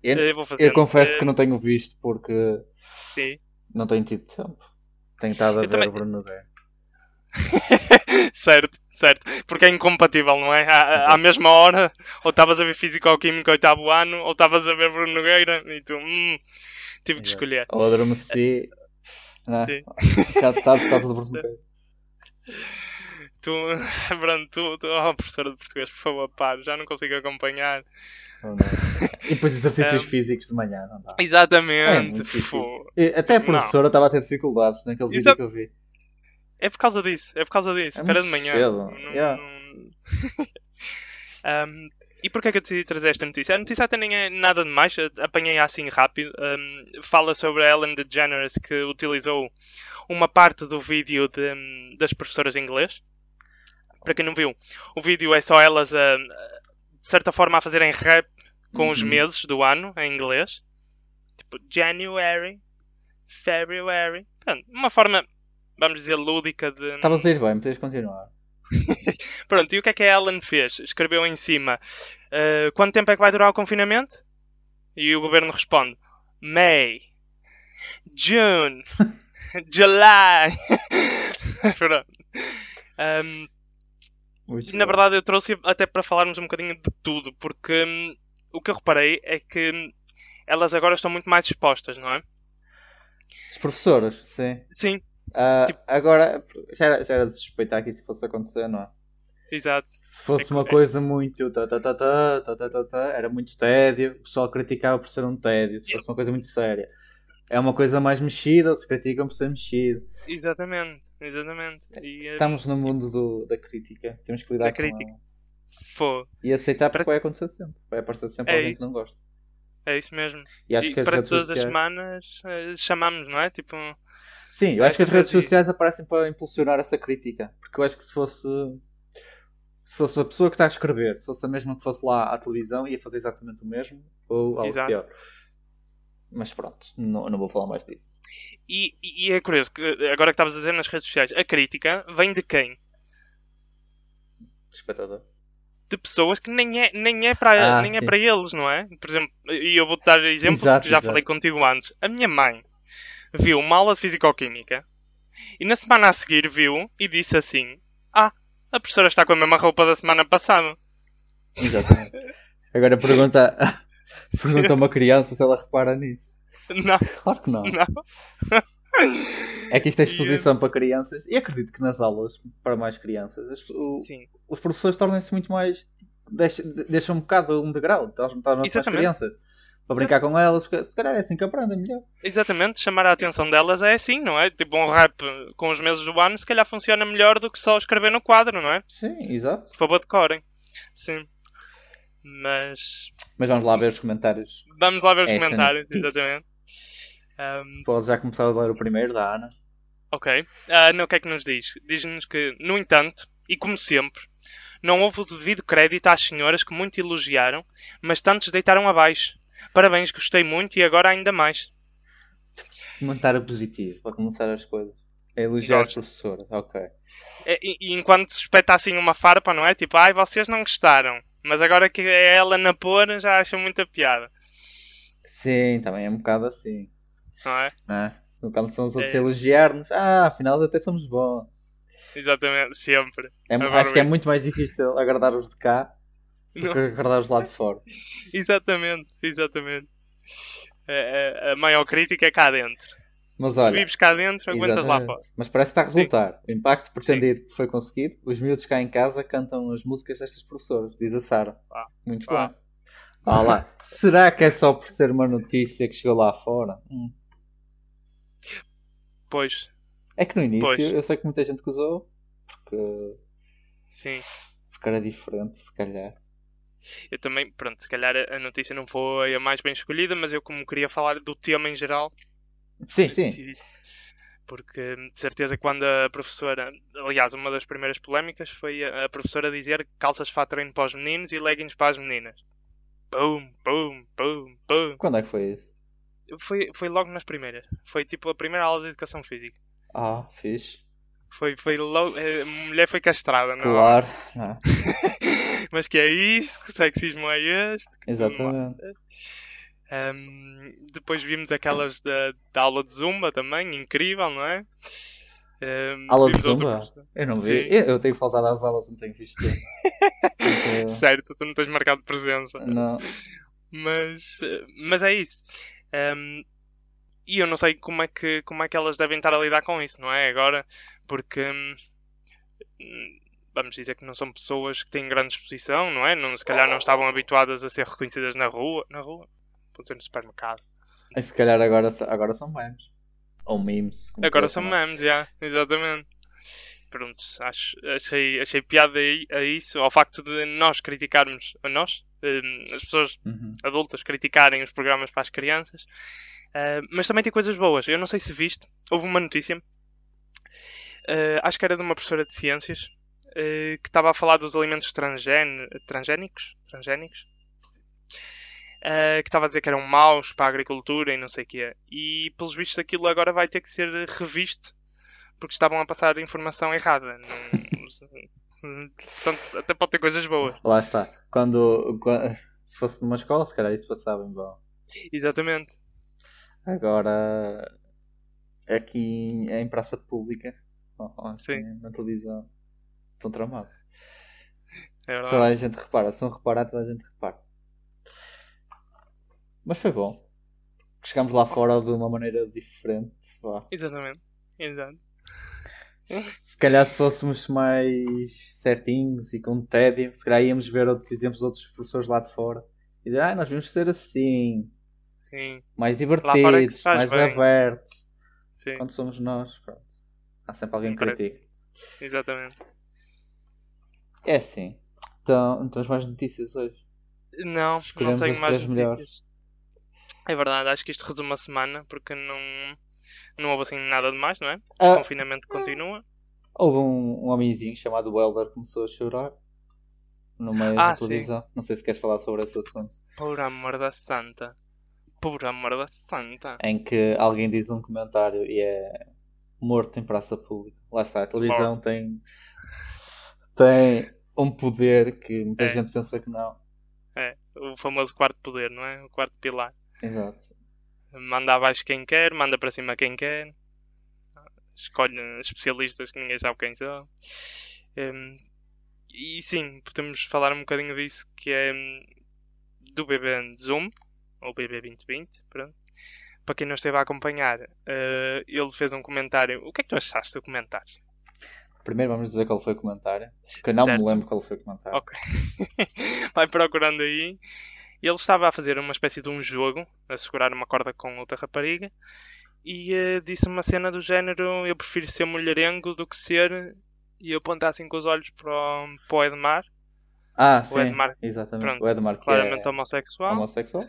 [SPEAKER 2] Eu-
[SPEAKER 1] Eu vou fazer. um
[SPEAKER 2] Eu confesso
[SPEAKER 1] eh,
[SPEAKER 2] que não tenho visto porque
[SPEAKER 1] Sim.
[SPEAKER 2] não tenho tido tempo. Tenho estado a
[SPEAKER 1] Eu
[SPEAKER 2] ver
[SPEAKER 1] também-
[SPEAKER 2] o Bruno Nogueira.
[SPEAKER 1] certo, certo. Porque é incompatível, não é? À, à- à mesma hora, ou estavas a ver Físico ou Químico oitavo ano, ou estavas a ver Bruno Nogueira, e tu, hum, tive que
[SPEAKER 2] Exato.
[SPEAKER 1] escolher.
[SPEAKER 2] Ou adormeci. Não, é?
[SPEAKER 1] Sim.
[SPEAKER 2] já está por causa do Bruno Nogueira.
[SPEAKER 1] Tu, Bruno, tu, tu oh, professora de português, por favor, pare, já não consigo
[SPEAKER 2] É,
[SPEAKER 1] acompanhar.
[SPEAKER 2] Não dá. E depois exercícios
[SPEAKER 1] Eh,
[SPEAKER 2] físicos de manhã, não dá. É
[SPEAKER 1] Exatamente,
[SPEAKER 2] muito difícil.
[SPEAKER 1] fô.
[SPEAKER 2] E até a
[SPEAKER 1] Não.
[SPEAKER 2] professora estava a ter dificuldades naquele vídeo
[SPEAKER 1] Então-
[SPEAKER 2] que eu vi.
[SPEAKER 1] É por causa disso, é por causa disso.
[SPEAKER 2] É
[SPEAKER 1] Espera
[SPEAKER 2] muito
[SPEAKER 1] de manhã.
[SPEAKER 2] cedo,
[SPEAKER 1] Não-
[SPEAKER 2] yeah.
[SPEAKER 1] não- Um, e porquê é que eu decidi trazer esta notícia? A notícia até nem é nada demais, eu apanhei assim rápido. Um, fala sobre a Ellen DeGeneres que utilizou uma parte do vídeo de, hum, das professoras de inglês. Para quem não viu, o vídeo é só elas, a, de certa forma, a fazerem rap com os
[SPEAKER 2] Uhum.
[SPEAKER 1] meses do ano em inglês. Tipo, January, February. Pronto, uma forma, vamos dizer, lúdica de.
[SPEAKER 2] Estavas a ir bem, podias continuar.
[SPEAKER 1] Pronto, e o que é que a Ellen fez? Escreveu em cima eh, quanto tempo é que vai durar o confinamento? E o governo responde: May, June, July. Pronto. Ehm, Ahm,
[SPEAKER 2] Muito
[SPEAKER 1] e na
[SPEAKER 2] bem.
[SPEAKER 1] verdade eu trouxe até para falarmos um bocadinho de tudo, porque hum, o que eu reparei é que hum, elas agora estão muito mais expostas, não é?
[SPEAKER 2] As professoras, sim.
[SPEAKER 1] Sim,
[SPEAKER 2] Ah,
[SPEAKER 1] Tipo-
[SPEAKER 2] Agora, já era, já era de suspeitar que isso fosse acontecer, não é?
[SPEAKER 1] exato.
[SPEAKER 2] Se fosse
[SPEAKER 1] É
[SPEAKER 2] uma
[SPEAKER 1] correto.
[SPEAKER 2] coisa muito tá, tá, tá, tá, tá, tá, tá, tá, era muito tédio, o pessoal criticava por ser um tédio, se fosse uma coisa muito séria. É uma coisa mais mexida, se criticam por ser mexido.
[SPEAKER 1] Exatamente, exatamente. E, hum,
[SPEAKER 2] Estamos no mundo do- da crítica, temos que lidar
[SPEAKER 1] Da
[SPEAKER 2] com
[SPEAKER 1] crítica.
[SPEAKER 2] ela.
[SPEAKER 1] fô,
[SPEAKER 2] E aceitar
[SPEAKER 1] Para-
[SPEAKER 2] porque vai acontecer sempre. Vai aparecer sempre
[SPEAKER 1] É
[SPEAKER 2] alguém
[SPEAKER 1] isso.
[SPEAKER 2] que não gosta.
[SPEAKER 1] é isso mesmo.
[SPEAKER 2] E acho
[SPEAKER 1] e
[SPEAKER 2] que as
[SPEAKER 1] parece
[SPEAKER 2] redes
[SPEAKER 1] que todas as
[SPEAKER 2] sociais.
[SPEAKER 1] semanas eh, chamamos, não é? Tipo,
[SPEAKER 2] Sim, eu acho que
[SPEAKER 1] Essas
[SPEAKER 2] as redes
[SPEAKER 1] redes-
[SPEAKER 2] sociais aparecem para impulsionar essa crítica. Porque eu acho que se fosse. Se fosse a pessoa que está a escrever, se fosse a mesma que fosse lá à televisão, ia fazer exatamente o mesmo ou algo
[SPEAKER 1] Exato.
[SPEAKER 2] pior. Mas pronto, não, não vou falar mais disso.
[SPEAKER 1] e, e é curioso, que agora que estavas a dizer nas redes sociais, a crítica vem de quem?
[SPEAKER 2] Espectador.
[SPEAKER 1] De pessoas que nem é, nem é, para,
[SPEAKER 2] Ah,
[SPEAKER 1] nem é
[SPEAKER 2] sim.
[SPEAKER 1] para eles, não é? Por exemplo, e eu vou-te dar exemplo
[SPEAKER 2] Exato,
[SPEAKER 1] que já
[SPEAKER 2] exato.
[SPEAKER 1] falei contigo antes. A minha mãe viu uma aula de Fisicoquímica e na semana a seguir viu e disse assim: Ah, a professora está com a mesma roupa da semana passada.
[SPEAKER 2] Exatamente. Agora pergunta, pergunta a uma criança se ela repara nisso.
[SPEAKER 1] Não,
[SPEAKER 2] Claro que não.
[SPEAKER 1] não.
[SPEAKER 2] É que isto é
[SPEAKER 1] E, eh,
[SPEAKER 2] exposição para crianças. E acredito que nas aulas, para mais crianças, as- o-
[SPEAKER 1] Sim,
[SPEAKER 2] os professores tornam-se muito mais. deixa- de- Deixam, um bocado um degrau, tornam tornam-se mais
[SPEAKER 1] Exatamente.
[SPEAKER 2] crianças. Para brincar com elas, porque se calhar é assim que aprendem melhor.
[SPEAKER 1] exatamente. Chamar a atenção delas é assim, não é? Tipo, um rap com os meses do ano se calhar funciona melhor do que só escrever no quadro, não é?
[SPEAKER 2] Sim, exato.
[SPEAKER 1] Por favor, decorem. Sim. Mas
[SPEAKER 2] Mas vamos lá ver os comentários.
[SPEAKER 1] vamos lá ver os
[SPEAKER 2] Esta
[SPEAKER 1] comentários,
[SPEAKER 2] notícia.
[SPEAKER 1] exatamente. Ahm,
[SPEAKER 2] Podes já começar a ler o primeiro da Ana.
[SPEAKER 1] ok. A Ana, o que é que nos diz? Diz-nos que, no entanto, e como sempre, não houve o devido crédito às senhoras que muito elogiaram, mas tantos deitaram abaixo. Parabéns, gostei muito e agora ainda mais.
[SPEAKER 2] Comentário positivo, para começar as coisas. A elogiar as
[SPEAKER 1] Gosto.
[SPEAKER 2] professoras, ok.
[SPEAKER 1] É, E, e- e enquanto se espeta assim uma farpa, não é? Tipo, ai, vocês não gostaram. Mas agora que é ela na pôr, já acham muita piada,
[SPEAKER 2] Sim, também é um bocado assim,
[SPEAKER 1] não é?
[SPEAKER 2] não é? Quando são os outros
[SPEAKER 1] É.
[SPEAKER 2] a elogiar-nos, ah, afinal até somos bons.
[SPEAKER 1] Exatamente, sempre.
[SPEAKER 2] É, mu-
[SPEAKER 1] Agora
[SPEAKER 2] acho que é
[SPEAKER 1] bem.
[SPEAKER 2] muito mais difícil agradar os de cá do
[SPEAKER 1] Não.
[SPEAKER 2] que agradar os lá de fora.
[SPEAKER 1] Exatamente, exatamente. A, a- a maior crítica é cá dentro.
[SPEAKER 2] Mas
[SPEAKER 1] Se
[SPEAKER 2] olha,
[SPEAKER 1] vives cá dentro, aguentas lá
[SPEAKER 2] Exatamente.
[SPEAKER 1] fora.
[SPEAKER 2] Mas parece que está a resultar. O impacto pretendido foi conseguido. Os miúdos cá em casa cantam as músicas destas professoras, diz a Sara.
[SPEAKER 1] Ah.
[SPEAKER 2] Muito
[SPEAKER 1] Ah.
[SPEAKER 2] bem. Vá lá. Será que é só por ser uma notícia que chegou lá fora? Hum.
[SPEAKER 1] Pois,
[SPEAKER 2] É que no início
[SPEAKER 1] Pois.
[SPEAKER 2] eu sei que muita gente que usou porque,
[SPEAKER 1] sim.
[SPEAKER 2] porque era diferente, se calhar.
[SPEAKER 1] Eu também, pronto, se calhar a a notícia não foi a mais bem escolhida, mas eu como queria falar do tema em geral, eh,
[SPEAKER 2] Sim, sim.
[SPEAKER 1] decidi. Porque hum, de certeza quando a professora, aliás, uma das primeiras polémicas foi a a professora dizer que calças de fato de treino para os meninos e leggings para as meninas. Pum, pum, pum, pum.
[SPEAKER 2] Quando é que foi isso?
[SPEAKER 1] Foi, foi logo nas primeiras. Foi tipo a primeira aula de educação física.
[SPEAKER 2] Ah, fixe.
[SPEAKER 1] Foi, foi logo. eh, A mulher foi castrada, não?
[SPEAKER 2] Claro. Não é?
[SPEAKER 1] Mas que é isto? Que sexismo é este? Que tudo mais.
[SPEAKER 2] Exatamente.
[SPEAKER 1] Ahm, depois vimos aquelas da, da aula de Zumba também, incrível, não é? Ahm,
[SPEAKER 2] Aula de
[SPEAKER 1] vimos outro-
[SPEAKER 2] zumba? Eu não vi.
[SPEAKER 1] Sim.
[SPEAKER 2] Eu, eu tenho faltado às aulas, não tenho visto. Porque-
[SPEAKER 1] Certo, tu não tens marcado presença.
[SPEAKER 2] não.
[SPEAKER 1] Mas, eh, mas é isso. Ahm, e eu não sei como é, que, como é que elas devem estar a lidar com isso, não é? Agora, porque hum, hum, vamos dizer que não são pessoas que têm grande exposição, não é? Não, se calhar não estavam habituadas a ser reconhecidas na rua. Na rua? Pode ser no supermercado.
[SPEAKER 2] Mas se calhar agora, agora são memes. Ou memes. como
[SPEAKER 1] Agora
[SPEAKER 2] queiras
[SPEAKER 1] são
[SPEAKER 2] chamar.
[SPEAKER 1] memes, já, exatamente. Pronto, acho, achei, achei piada aí- a isso, ao facto de nós criticarmos, a nós, hum, as pessoas
[SPEAKER 2] Uhum.
[SPEAKER 1] adultas criticarem os programas para as crianças. Ah, mas também tem coisas boas. Eu não sei se viste, houve uma notícia, ah, acho que era de uma professora de ciências, ah, que estava a falar dos alimentos transgén transgénicos, transgénicos Ah, que estava a dizer que eram maus para a agricultura e não sei o quê. E, pelos vistos, aquilo agora vai ter que ser revisto, porque estavam a passar informação errada. Não- Portanto, até pode ter coisas boas.
[SPEAKER 2] Lá está. Quando, qua- Se fosse numa escola, se calhar isso passava em bom.
[SPEAKER 1] Exatamente.
[SPEAKER 2] Agora. Aqui em, em praça pública. Ou, ou assim, na televisão. Estão tramados.
[SPEAKER 1] É verdade.
[SPEAKER 2] Toda a gente repara. Se não reparar, toda a gente repara. Mas foi bom. Chegámos lá fora de uma maneira diferente. Vá.
[SPEAKER 1] Exatamente. Exato.
[SPEAKER 2] Se calhar se fôssemos mais certinhos e com tédio, se calhar íamos ver outros exemplos de outros professores lá de fora e dizer, ah, nós vimos ser assim,
[SPEAKER 1] Sim,
[SPEAKER 2] mais
[SPEAKER 1] fora é que
[SPEAKER 2] divertidos,
[SPEAKER 1] se faz
[SPEAKER 2] mais
[SPEAKER 1] bem."
[SPEAKER 2] abertos,
[SPEAKER 1] sim,
[SPEAKER 2] quando somos nós, pronto. Há sempre alguém que
[SPEAKER 1] Parece.
[SPEAKER 2] critica.
[SPEAKER 1] exatamente.
[SPEAKER 2] É assim. Então, não temos mais notícias hoje.
[SPEAKER 1] Não, não
[SPEAKER 2] Escolhemos
[SPEAKER 1] tenho
[SPEAKER 2] as
[SPEAKER 1] mais
[SPEAKER 2] três melhores.
[SPEAKER 1] notícias. É verdade, acho que isto resume a semana, porque não, não houve assim nada de mais, não é? O
[SPEAKER 2] Ah,
[SPEAKER 1] confinamento continua.
[SPEAKER 2] houve um, um homenzinho chamado Welder que começou a chorar no meio
[SPEAKER 1] Ah,
[SPEAKER 2] da
[SPEAKER 1] sim.
[SPEAKER 2] televisão. Não sei se queres falar sobre esse assunto.
[SPEAKER 1] Por amor da santa. Por amor da santa.
[SPEAKER 2] em que alguém diz um comentário e é morto em praça pública. Lá está, a televisão tem, tem um poder que muita
[SPEAKER 1] É.
[SPEAKER 2] gente pensa que não.
[SPEAKER 1] O famoso quarto poder, não é? O quarto pilar.
[SPEAKER 2] Exato.
[SPEAKER 1] Manda abaixo quem quer, manda para cima quem quer. Escolhe especialistas que ninguém sabe quem são. Hum, e sim, podemos falar um bocadinho disso que é hum, do BB Zoom, ou BB 2020, pronto. Para quem não esteve a acompanhar, eh, ele fez um comentário. O que é que tu achaste do comentário?
[SPEAKER 2] Primeiro vamos dizer qual foi o comentário. Que eu não
[SPEAKER 1] Certo.
[SPEAKER 2] me lembro qual foi o comentário.
[SPEAKER 1] Ok. Vai procurando aí. Ele estava a fazer uma espécie de um jogo, a segurar uma corda com outra rapariga, e eh, disse uma cena do género: Eu prefiro ser mulherengo do que ser. E eu apontar assim com os olhos para o, para o Edmar,
[SPEAKER 2] Ah, sim.
[SPEAKER 1] Edmar.
[SPEAKER 2] Exatamente.
[SPEAKER 1] Pronto,
[SPEAKER 2] o Edmar que
[SPEAKER 1] claramente
[SPEAKER 2] é
[SPEAKER 1] homossexual.
[SPEAKER 2] homossexual.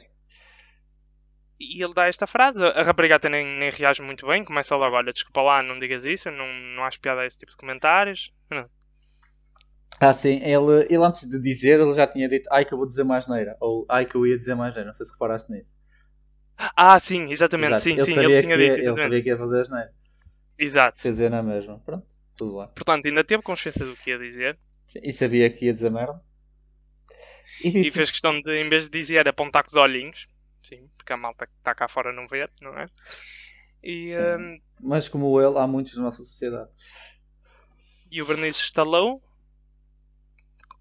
[SPEAKER 1] E ele dá esta frase. A rapariga até nem, nem reage muito bem. Começa logo: Olha, desculpa lá, não digas isso. eu Não, não acho piada a esse tipo de comentários. Não.
[SPEAKER 2] Ah, sim. Ele, ele antes de dizer, ele já tinha dito ai que eu vou dizer mais neira. Ou ai que eu ia dizer mais neira. Não sei se reparaste nisso.
[SPEAKER 1] Ah, sim, exatamente.
[SPEAKER 2] Exato.
[SPEAKER 1] Sim,
[SPEAKER 2] ele
[SPEAKER 1] sim,
[SPEAKER 2] sabia
[SPEAKER 1] ele tinha
[SPEAKER 2] que ia,
[SPEAKER 1] dito.
[SPEAKER 2] Ele
[SPEAKER 1] exatamente.
[SPEAKER 2] sabia que ia fazer as neiras.
[SPEAKER 1] Exato.
[SPEAKER 2] Quer dizer, na mesma. Pronto, tudo lá.
[SPEAKER 1] Portanto, ainda teve consciência do que ia dizer.
[SPEAKER 2] E sabia que ia dizer merda. E
[SPEAKER 1] E
[SPEAKER 2] disse.
[SPEAKER 1] fez questão de, em vez de dizer, apontar com os olhinhos. Sim, porque a malta que está cá fora não vê, não é? E,
[SPEAKER 2] Sim.
[SPEAKER 1] hum,
[SPEAKER 2] Mas como ele, há muitos na nossa sociedade.
[SPEAKER 1] e o Bernice estalou.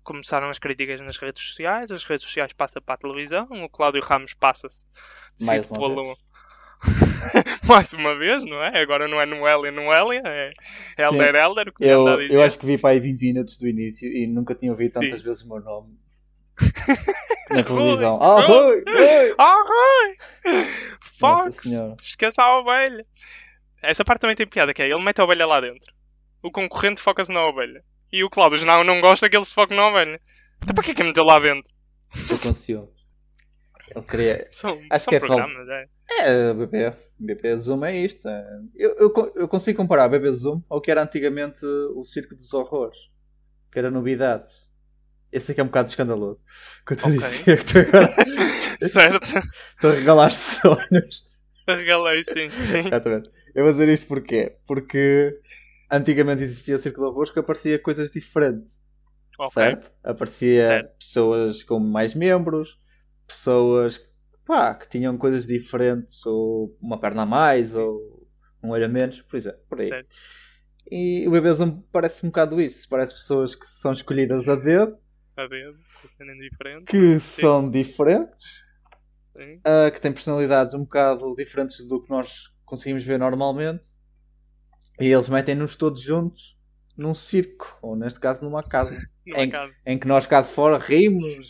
[SPEAKER 1] começaram as críticas nas redes sociais, as redes sociais passam para a televisão, o Cláudio Ramos passa-se
[SPEAKER 2] Mais
[SPEAKER 1] decide
[SPEAKER 2] uma
[SPEAKER 1] pô-lo- mais uma vez, não é? Agora não é Noélia, Noélia, é Helder, Helder, como
[SPEAKER 2] Eu,
[SPEAKER 1] anda a dizer.
[SPEAKER 2] eu acho que vi para aí 20 minutos do início e nunca tinha ouvido tantas vezes o meu nome na televisão. Ah, Rui!
[SPEAKER 1] Rui!
[SPEAKER 2] Rui!
[SPEAKER 1] Oh, Rui!
[SPEAKER 2] Nossa
[SPEAKER 1] Fox!
[SPEAKER 2] Senhora.
[SPEAKER 1] Esqueça a ovelha! Essa parte também tem piada, que é, ele mete a ovelha lá dentro. O concorrente foca-se na ovelha. E o Cláudio não, não gosta que ele se foque na ovelha. Então para que é que meteu lá dentro?
[SPEAKER 2] Estou com ciúmes. Ele queria.
[SPEAKER 1] São,
[SPEAKER 2] Acho
[SPEAKER 1] são
[SPEAKER 2] que é
[SPEAKER 1] programas, é.
[SPEAKER 2] É, BP. BP Zoom é isto. é. Eu, eu, co- eu consigo comparar BP Zoom ao que era antigamente o Circo dos Horrores, que era novidades. Esse aqui é um bocado escandaloso. Que eu estou
[SPEAKER 1] Ok.
[SPEAKER 2] a dizer que tu agora
[SPEAKER 1] Certo?
[SPEAKER 2] tu regalaste sonhos.
[SPEAKER 1] Regalei, sim, sim.
[SPEAKER 2] Exatamente. Eu vou dizer isto porquê? Porque antigamente existia o Circo do Arroz que aparecia coisas diferentes,
[SPEAKER 1] Ok.
[SPEAKER 2] certo? Aparecia
[SPEAKER 1] Certo.
[SPEAKER 2] pessoas com mais membros, pessoas pá, que tinham coisas diferentes, ou uma perna a mais, ou um olho a menos, por exemplo, por aí.
[SPEAKER 1] Certo.
[SPEAKER 2] E o Bebezão parece um bocado isso, parece pessoas que são escolhidas a dedo,
[SPEAKER 1] A ver, sendo diferente.
[SPEAKER 2] que são diferentes,
[SPEAKER 1] Sim.
[SPEAKER 2] ah, que têm personalidades um bocado diferentes do que nós conseguimos ver normalmente. E eles metem-nos todos juntos num circo, ou neste caso numa casa,
[SPEAKER 1] Não é
[SPEAKER 2] Em-
[SPEAKER 1] caso.
[SPEAKER 2] em que nós cá de fora rimos,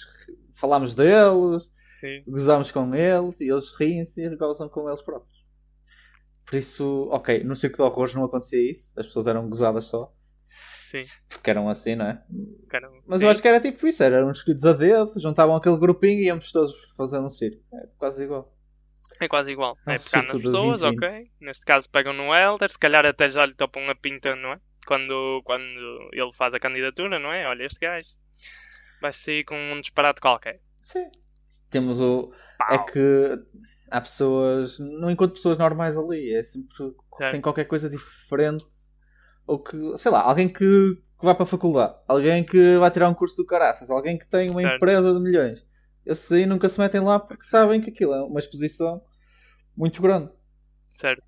[SPEAKER 2] falamos deles,
[SPEAKER 1] Sim.
[SPEAKER 2] gozamos com eles, e eles riem-se e gozam com eles próprios. Por isso, ok, no circo de horrores não acontecia isso, as pessoas eram gozadas só,
[SPEAKER 1] Sim.
[SPEAKER 2] porque eram assim, não é?
[SPEAKER 1] Cara,
[SPEAKER 2] Mas
[SPEAKER 1] sim.
[SPEAKER 2] eu acho que era tipo isso, era uns escolhidos a dedo, juntavam aquele grupinho e íamos todos fazer um circo. É quase igual.
[SPEAKER 1] É quase igual.
[SPEAKER 2] É um
[SPEAKER 1] É pegar nas
[SPEAKER 2] círculo de
[SPEAKER 1] pessoas,
[SPEAKER 2] 20.
[SPEAKER 1] ok. Neste caso pegam no Helder, se calhar até já lhe topam a pinta, não é? Quando, quando ele faz a candidatura, não é? Olha, este gajo vai sair com um disparate qualquer.
[SPEAKER 2] Sim. Temos o.
[SPEAKER 1] Pau.
[SPEAKER 2] É que há pessoas. Não encontro pessoas normais ali. É sempre.
[SPEAKER 1] Certo.
[SPEAKER 2] Tem qualquer coisa diferente. Ou que. Sei lá, alguém que, que vai para a faculdade. Alguém que vai tirar um curso do caraças. Alguém que tem uma
[SPEAKER 1] Certo.
[SPEAKER 2] empresa de milhões. Esses aí nunca se metem lá porque sabem que aquilo é uma exposição muito grande.
[SPEAKER 1] Certo?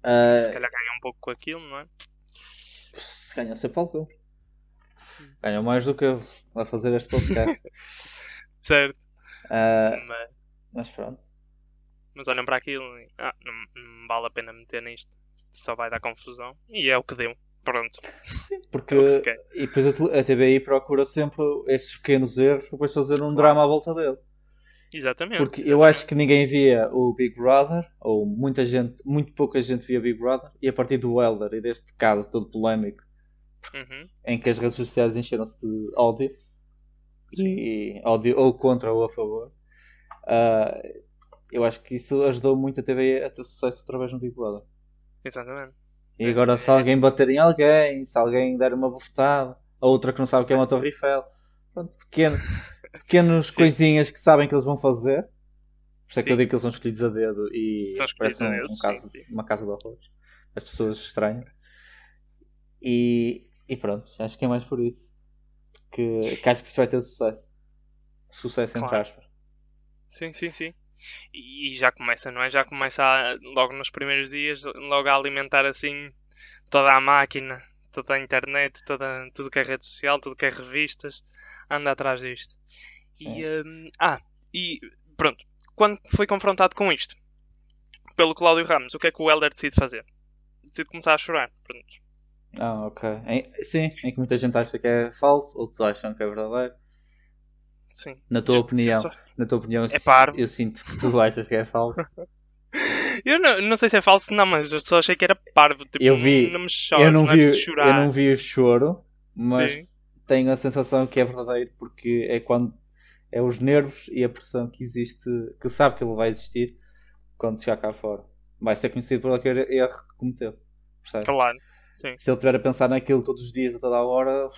[SPEAKER 2] Ah,
[SPEAKER 1] Se calhar ganha um pouco com aquilo, não é?
[SPEAKER 2] Se ganham sempre algum.
[SPEAKER 1] Hum.
[SPEAKER 2] Ganham mais do que eu a fazer este podcast.
[SPEAKER 1] Certo.
[SPEAKER 2] Ah,
[SPEAKER 1] Mas,
[SPEAKER 2] mas pronto.
[SPEAKER 1] mas olham para aquilo e. Ah, não, não vale a pena meter nisto. Isto só vai dar confusão. E é o que deu. Pronto.
[SPEAKER 2] Porque,
[SPEAKER 1] É o que se quer.
[SPEAKER 2] e depois a tele- a TBI procura sempre esses pequenos erros para depois fazer um drama à volta dele.
[SPEAKER 1] Exatamente.
[SPEAKER 2] Porque eu acho que ninguém via o Big Brother, ou muita gente, muito pouca gente via Big Brother, e a partir do Elder e deste caso todo polémico,
[SPEAKER 1] Uhum.
[SPEAKER 2] em que as redes sociais encheram-se de ódio, e ódio ou contra ou a favor, ah, eu acho que isso ajudou muito a TBI a ter sucesso outra vez no Big Brother.
[SPEAKER 1] Exatamente.
[SPEAKER 2] E agora se alguém bater em alguém, se alguém der uma bofetada, a outra que não sabe o que é uma Torre Eiffel, pronto, pequeno, pequenas
[SPEAKER 1] Sim.
[SPEAKER 2] coisinhas que sabem que eles vão fazer. Por isso é que eu
[SPEAKER 1] Sim.
[SPEAKER 2] digo que eles são escolhidos a dedo e
[SPEAKER 1] São escolhidos
[SPEAKER 2] parece
[SPEAKER 1] a
[SPEAKER 2] um,
[SPEAKER 1] dedo,
[SPEAKER 2] um
[SPEAKER 1] sim,
[SPEAKER 2] caso-
[SPEAKER 1] sim.
[SPEAKER 2] uma casa de horrores. As pessoas estranham. E, e pronto, acho que é mais por isso que, que acho que isto vai ter sucesso. Sucesso entre
[SPEAKER 1] Claro.
[SPEAKER 2] aspas.
[SPEAKER 1] Sim, sim, sim. E e já começa, não é? Já começa a- logo nos primeiros dias, logo a alimentar assim toda a máquina, toda a internet, toda, tudo que é rede social, tudo que é revistas, anda atrás disto. E,
[SPEAKER 2] É.
[SPEAKER 1] hum, ah, e pronto, quando foi confrontado com isto, pelo Cláudio Ramos, o que é que o Helder decide fazer? Decide começar a chorar. Pronto.
[SPEAKER 2] Ah, ok. Em- sim, em que muita gente acha que é falso, outros acham que é verdadeiro.
[SPEAKER 1] Sim.
[SPEAKER 2] Na tua
[SPEAKER 1] Eu-
[SPEAKER 2] opinião.
[SPEAKER 1] eu-
[SPEAKER 2] Na tua opinião,
[SPEAKER 1] É parvo.
[SPEAKER 2] eu sinto que tu achas que é falso.
[SPEAKER 1] Eu não, não sei se é falso, não, mas eu só achei que era parvo. Tipo,
[SPEAKER 2] Eu vi.
[SPEAKER 1] não me chora,
[SPEAKER 2] eu, não
[SPEAKER 1] é
[SPEAKER 2] vi,
[SPEAKER 1] preciso
[SPEAKER 2] eu
[SPEAKER 1] chorar.
[SPEAKER 2] não vi o choro, mas
[SPEAKER 1] Sim.
[SPEAKER 2] tenho a sensação que é verdadeiro porque é quando é os nervos e a pressão que existe, que sabe que ele vai existir quando chegar cá fora. Vai ser conhecido por aquele erro que cometeu. percebes?
[SPEAKER 1] Claro, sim.
[SPEAKER 2] Se ele estiver a pensar naquilo todos os dias, a toda a hora,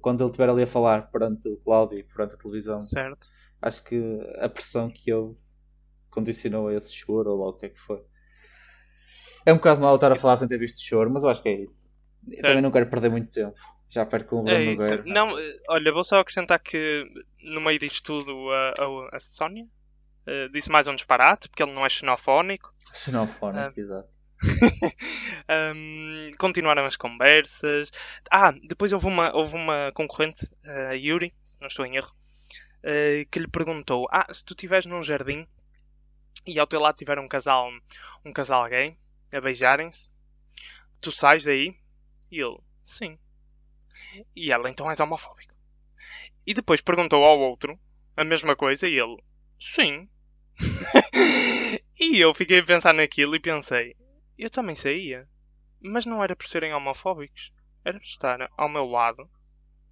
[SPEAKER 2] quando ele estiver ali a falar perante o Cláudio e perante a televisão,
[SPEAKER 1] Certo.
[SPEAKER 2] acho que a pressão que houve condicionou esse choro ou lá o que é que foi. É um bocado mal estar a falar sem ter visto choro, mas eu acho que é isso. Eu
[SPEAKER 1] Certo.
[SPEAKER 2] também não quero perder muito tempo. Já perco um com o Bruno
[SPEAKER 1] É isso.
[SPEAKER 2] Nogueira.
[SPEAKER 1] Não, eh, olha, vou só acrescentar que no meio disto tudo a, a, a Sónia eh, disse mais um disparate, porque ele não é xenofónico.
[SPEAKER 2] Xenofónico, né? exato.
[SPEAKER 1] Hum, continuaram as conversas. Ah, depois houve uma, houve uma concorrente, a Yuri, se não estou em erro, eh, que lhe perguntou: Ah, se tu estiveres num jardim e ao teu lado tiver um casal, um casal gay a beijarem-se, tu sais daí? E ele: Sim. E ela: Então és homofóbico. E depois perguntou ao outro a mesma coisa e ele: Sim. e eu fiquei a pensar naquilo e pensei: eu também saía. Mas não era por serem homofóbicos. Era por estar ao meu lado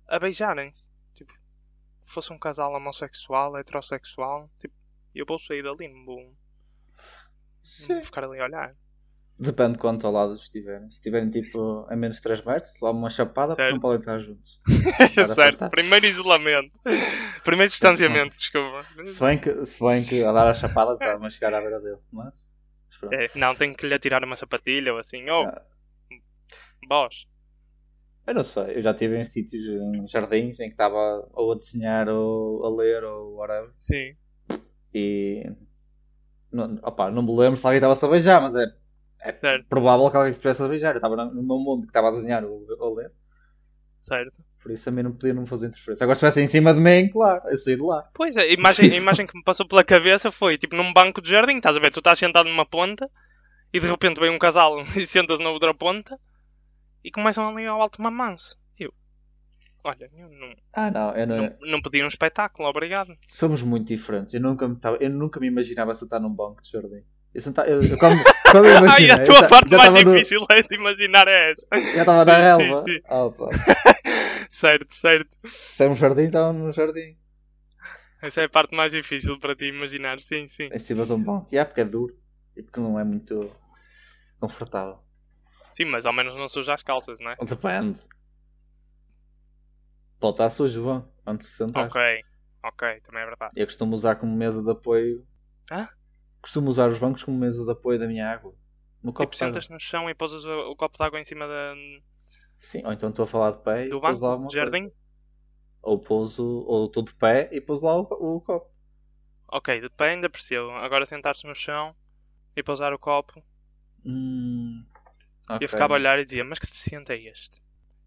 [SPEAKER 1] a beijarem-se. Tipo, fosse um casal homossexual, heterossexual, tipo, eu vou sair dali, não vou, não
[SPEAKER 2] Sim.
[SPEAKER 1] vou ficar ali a olhar.
[SPEAKER 2] Depende de quanto ao lado estiverem. Se estiverem tipo a menos 3 metros, lá uma chapada, porque
[SPEAKER 1] Certo.
[SPEAKER 2] não podem estar juntos.
[SPEAKER 1] certo, primeiro isolamento. Primeiro distanciamento, desculpa.
[SPEAKER 2] Se bem que, se bem que a dar a chapada estava a chegar à beira dele, mas. mas pronto.
[SPEAKER 1] É, não, tenho que lhe atirar uma sapatilha ou assim. Oh,
[SPEAKER 2] Ah.
[SPEAKER 1] boss.
[SPEAKER 2] Eu não sei, eu já estive em sítios, em jardins, em que estava ou a desenhar ou a ler ou whatever.
[SPEAKER 1] Sim.
[SPEAKER 2] E. Não, opa, não me lembro se alguém estava a beijar, mas é, é
[SPEAKER 1] Certo.
[SPEAKER 2] provável que alguém estivesse a beijar. Eu estava no meu mundo que estava a desenhar ou ou a ler,
[SPEAKER 1] Certo.
[SPEAKER 2] por isso a mim não podia não me fazer interferência. Agora se estivesse em cima de mim, claro, eu saí de lá.
[SPEAKER 1] Pois é, a imagem, a imagem que me passou pela cabeça foi tipo num banco de jardim, estás a ver? Tu estás sentado numa ponta e de repente vem um casal e sentas na outra ponta e começam ali ao alto mamanço. Eu, olha, eu não,
[SPEAKER 2] Ah não, eu não,
[SPEAKER 1] não, não pedi um espetáculo, obrigado.
[SPEAKER 2] Somos muito diferentes. Eu nunca me, tava- eu nunca me imaginava sentar num banco de jardim. Eu sentava, eu, eu como, como eu imaginei,
[SPEAKER 1] Ai, a tua
[SPEAKER 2] eu ta-
[SPEAKER 1] parte
[SPEAKER 2] já
[SPEAKER 1] mais
[SPEAKER 2] tava no-
[SPEAKER 1] difícil é de imaginar é essa.
[SPEAKER 2] Já estava na
[SPEAKER 1] Sim, sim,
[SPEAKER 2] relva. Ah,
[SPEAKER 1] sim.
[SPEAKER 2] Opa,
[SPEAKER 1] Certo, certo.
[SPEAKER 2] se é um jardim, estava num jardim.
[SPEAKER 1] Essa é a parte mais difícil para ti imaginar, sim, sim.
[SPEAKER 2] Em cima de um banco. E é porque é duro. E porque não é muito confortável.
[SPEAKER 1] Sim, mas ao menos não suja as calças, não é?
[SPEAKER 2] Depende. Pode estar sujo, vão. Antes de sentar.
[SPEAKER 1] Ok, ok, também é verdade.
[SPEAKER 2] Eu costumo usar como mesa de apoio.
[SPEAKER 1] Hã?
[SPEAKER 2] Costumo usar os bancos como mesa de apoio da minha água. No copo
[SPEAKER 1] Tipo,
[SPEAKER 2] de água.
[SPEAKER 1] sentas no chão e pousas o, o copo de água em cima da-
[SPEAKER 2] Sim, ou então estou a falar de pé e
[SPEAKER 1] do
[SPEAKER 2] pouso lá
[SPEAKER 1] banco,
[SPEAKER 2] alguma
[SPEAKER 1] do
[SPEAKER 2] coisa.
[SPEAKER 1] jardim.
[SPEAKER 2] ou pouso, ou estou de pé e pouso lá o, o copo.
[SPEAKER 1] Ok, de pé ainda aprecio. Agora sentar-se no chão e pousar o copo.
[SPEAKER 2] Hum,
[SPEAKER 1] E
[SPEAKER 2] ok.
[SPEAKER 1] eu ficava a olhar e dizia, mas que deficiente é este?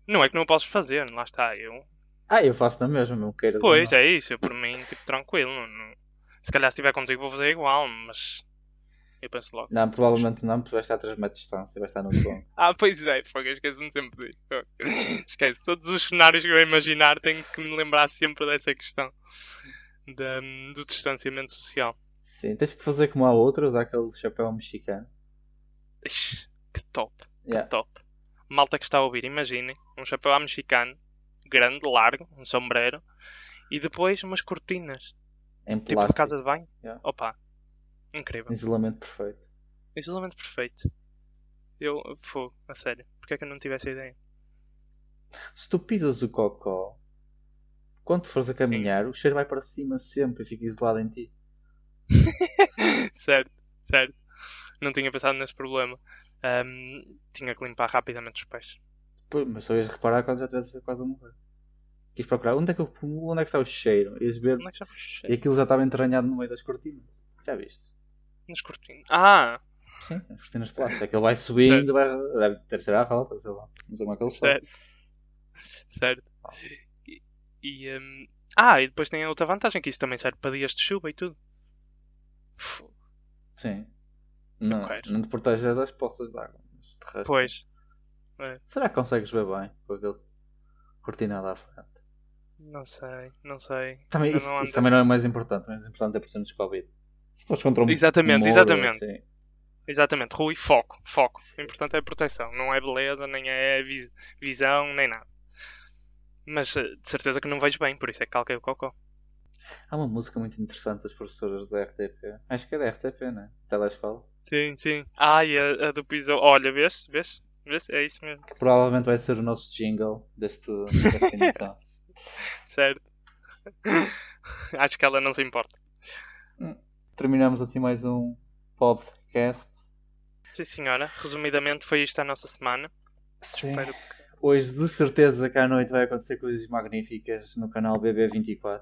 [SPEAKER 1] Não é que não o posso fazer, lá está. Eu...
[SPEAKER 2] Ah, eu faço na mesma, meu queiras. ou
[SPEAKER 1] Pois,
[SPEAKER 2] não.
[SPEAKER 1] é isso. Eu, por mim, tipo, tranquilo. não- não- Se calhar se estiver contigo vou fazer igual, mas... Eu penso logo.
[SPEAKER 2] Não, provavelmente não, porque vai estar a 3 metros de distância, vai estar no tronco.
[SPEAKER 1] Ah, pois é, fogo, eu esqueço-me sempre disso. Esquece, todos os cenários que eu imaginar tenho que me lembrar sempre dessa questão da- do distanciamento social.
[SPEAKER 2] Sim, tens que fazer como há outra, usar aquele chapéu mexicano.
[SPEAKER 1] Ixi, que top.
[SPEAKER 2] Yeah.
[SPEAKER 1] Top. Malta que está a ouvir, imaginem, um chapéu à mexicano, grande, largo, um sombrero, e depois umas cortinas,
[SPEAKER 2] Em
[SPEAKER 1] tipo de
[SPEAKER 2] plástico.
[SPEAKER 1] casa de banho.
[SPEAKER 2] Yeah.
[SPEAKER 1] Opa, incrível.
[SPEAKER 2] Isolamento perfeito.
[SPEAKER 1] Isolamento perfeito. Eu, fogo, a sério, porque é que eu não tive essa ideia?
[SPEAKER 2] Se tu pisas o cocó, quando fores a caminhar, o cheiro vai para cima sempre e fica isolado em ti.
[SPEAKER 1] certo, certo. Não tinha pensado nesse problema. Ahm, tinha que limpar rapidamente os pés.
[SPEAKER 2] Pô, mas só ias reparar quando já estivesse quase a morrer. Quis procurar onde é que, eu- onde é que está o cheiro. Ias ver
[SPEAKER 1] Onde é que já foi?
[SPEAKER 2] E aquilo já estava entranhado no meio das cortinas. Já viste?
[SPEAKER 1] Nas cortinas. Ah,
[SPEAKER 2] Sim, as cortinas de plástico. Aquilo vai subindo, vai... deve deve ser à volta, sei lá. Não sei como é que ele faz.
[SPEAKER 1] Certo. Certo. E, e, hum, Ah, e depois tem a outra vantagem, que isso também serve para dias de chuva e tudo. Fu-
[SPEAKER 2] Sim. Não,
[SPEAKER 1] quero.
[SPEAKER 2] não te protege das poças de água. mas de resto-
[SPEAKER 1] Pois,
[SPEAKER 2] Será que consegues ver bem com aquele cortinado à frente?
[SPEAKER 1] não sei, não sei.
[SPEAKER 2] Também,
[SPEAKER 1] Eu
[SPEAKER 2] isso,
[SPEAKER 1] não ando-
[SPEAKER 2] isso também não é o mais importante. O mais importante é por sermos Covid. Se fores contra um
[SPEAKER 1] Exatamente,
[SPEAKER 2] muro,
[SPEAKER 1] exatamente.
[SPEAKER 2] assim,
[SPEAKER 1] Exatamente, Rui, foco, foco. O importante é a proteção, não é beleza, nem é vi- visão, nem nada. Mas eh, de certeza que não vejo bem, por isso é que calquei o cocó.
[SPEAKER 2] Há uma música muito interessante das professoras da RTP. Acho que é da RTP, não é? Telescola.
[SPEAKER 1] Sim, sim. Ai, a, a do piso. Olha, vês? Vês? Vês? É isso mesmo.
[SPEAKER 2] Que provavelmente vai ser o nosso jingle deste, desta emissão.
[SPEAKER 1] Certo. Acho que ela não se importa.
[SPEAKER 2] terminamos assim mais um podcast.
[SPEAKER 1] Sim, senhora. Resumidamente, foi isto a nossa semana.
[SPEAKER 2] Sim.
[SPEAKER 1] Espero
[SPEAKER 2] Hoje de certeza que à noite vai acontecer coisas magníficas no canal BB24.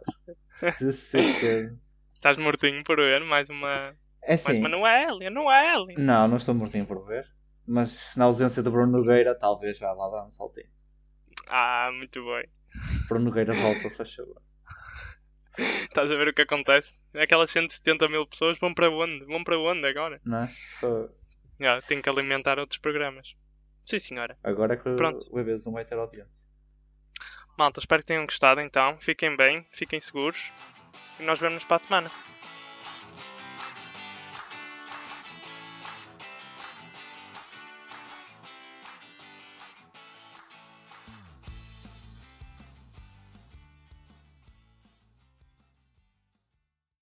[SPEAKER 2] De certeza.
[SPEAKER 1] Estás mortinho por ver mais uma.
[SPEAKER 2] É
[SPEAKER 1] Mais
[SPEAKER 2] assim.
[SPEAKER 1] uma Noélia, Noélia.
[SPEAKER 2] Não, não estou mortinho por ver. Mas na ausência de Bruno Nogueira, talvez já lá dá um saltinho.
[SPEAKER 1] Ah, muito bem.
[SPEAKER 2] Bruno Nogueira volta, se faz favor.
[SPEAKER 1] Estás a ver o que acontece? É Aquelas 170 mil pessoas vão para onde? Vão para onde agora?
[SPEAKER 2] Não é? Pô,
[SPEAKER 1] Já, tenho que alimentar outros programas. Sim, senhora.
[SPEAKER 2] Agora é que
[SPEAKER 1] Pronto.
[SPEAKER 2] o EBS não vai ter audiência.
[SPEAKER 1] Malta, espero que tenham gostado então. Fiquem bem, fiquem seguros. E nós vemos para a semana.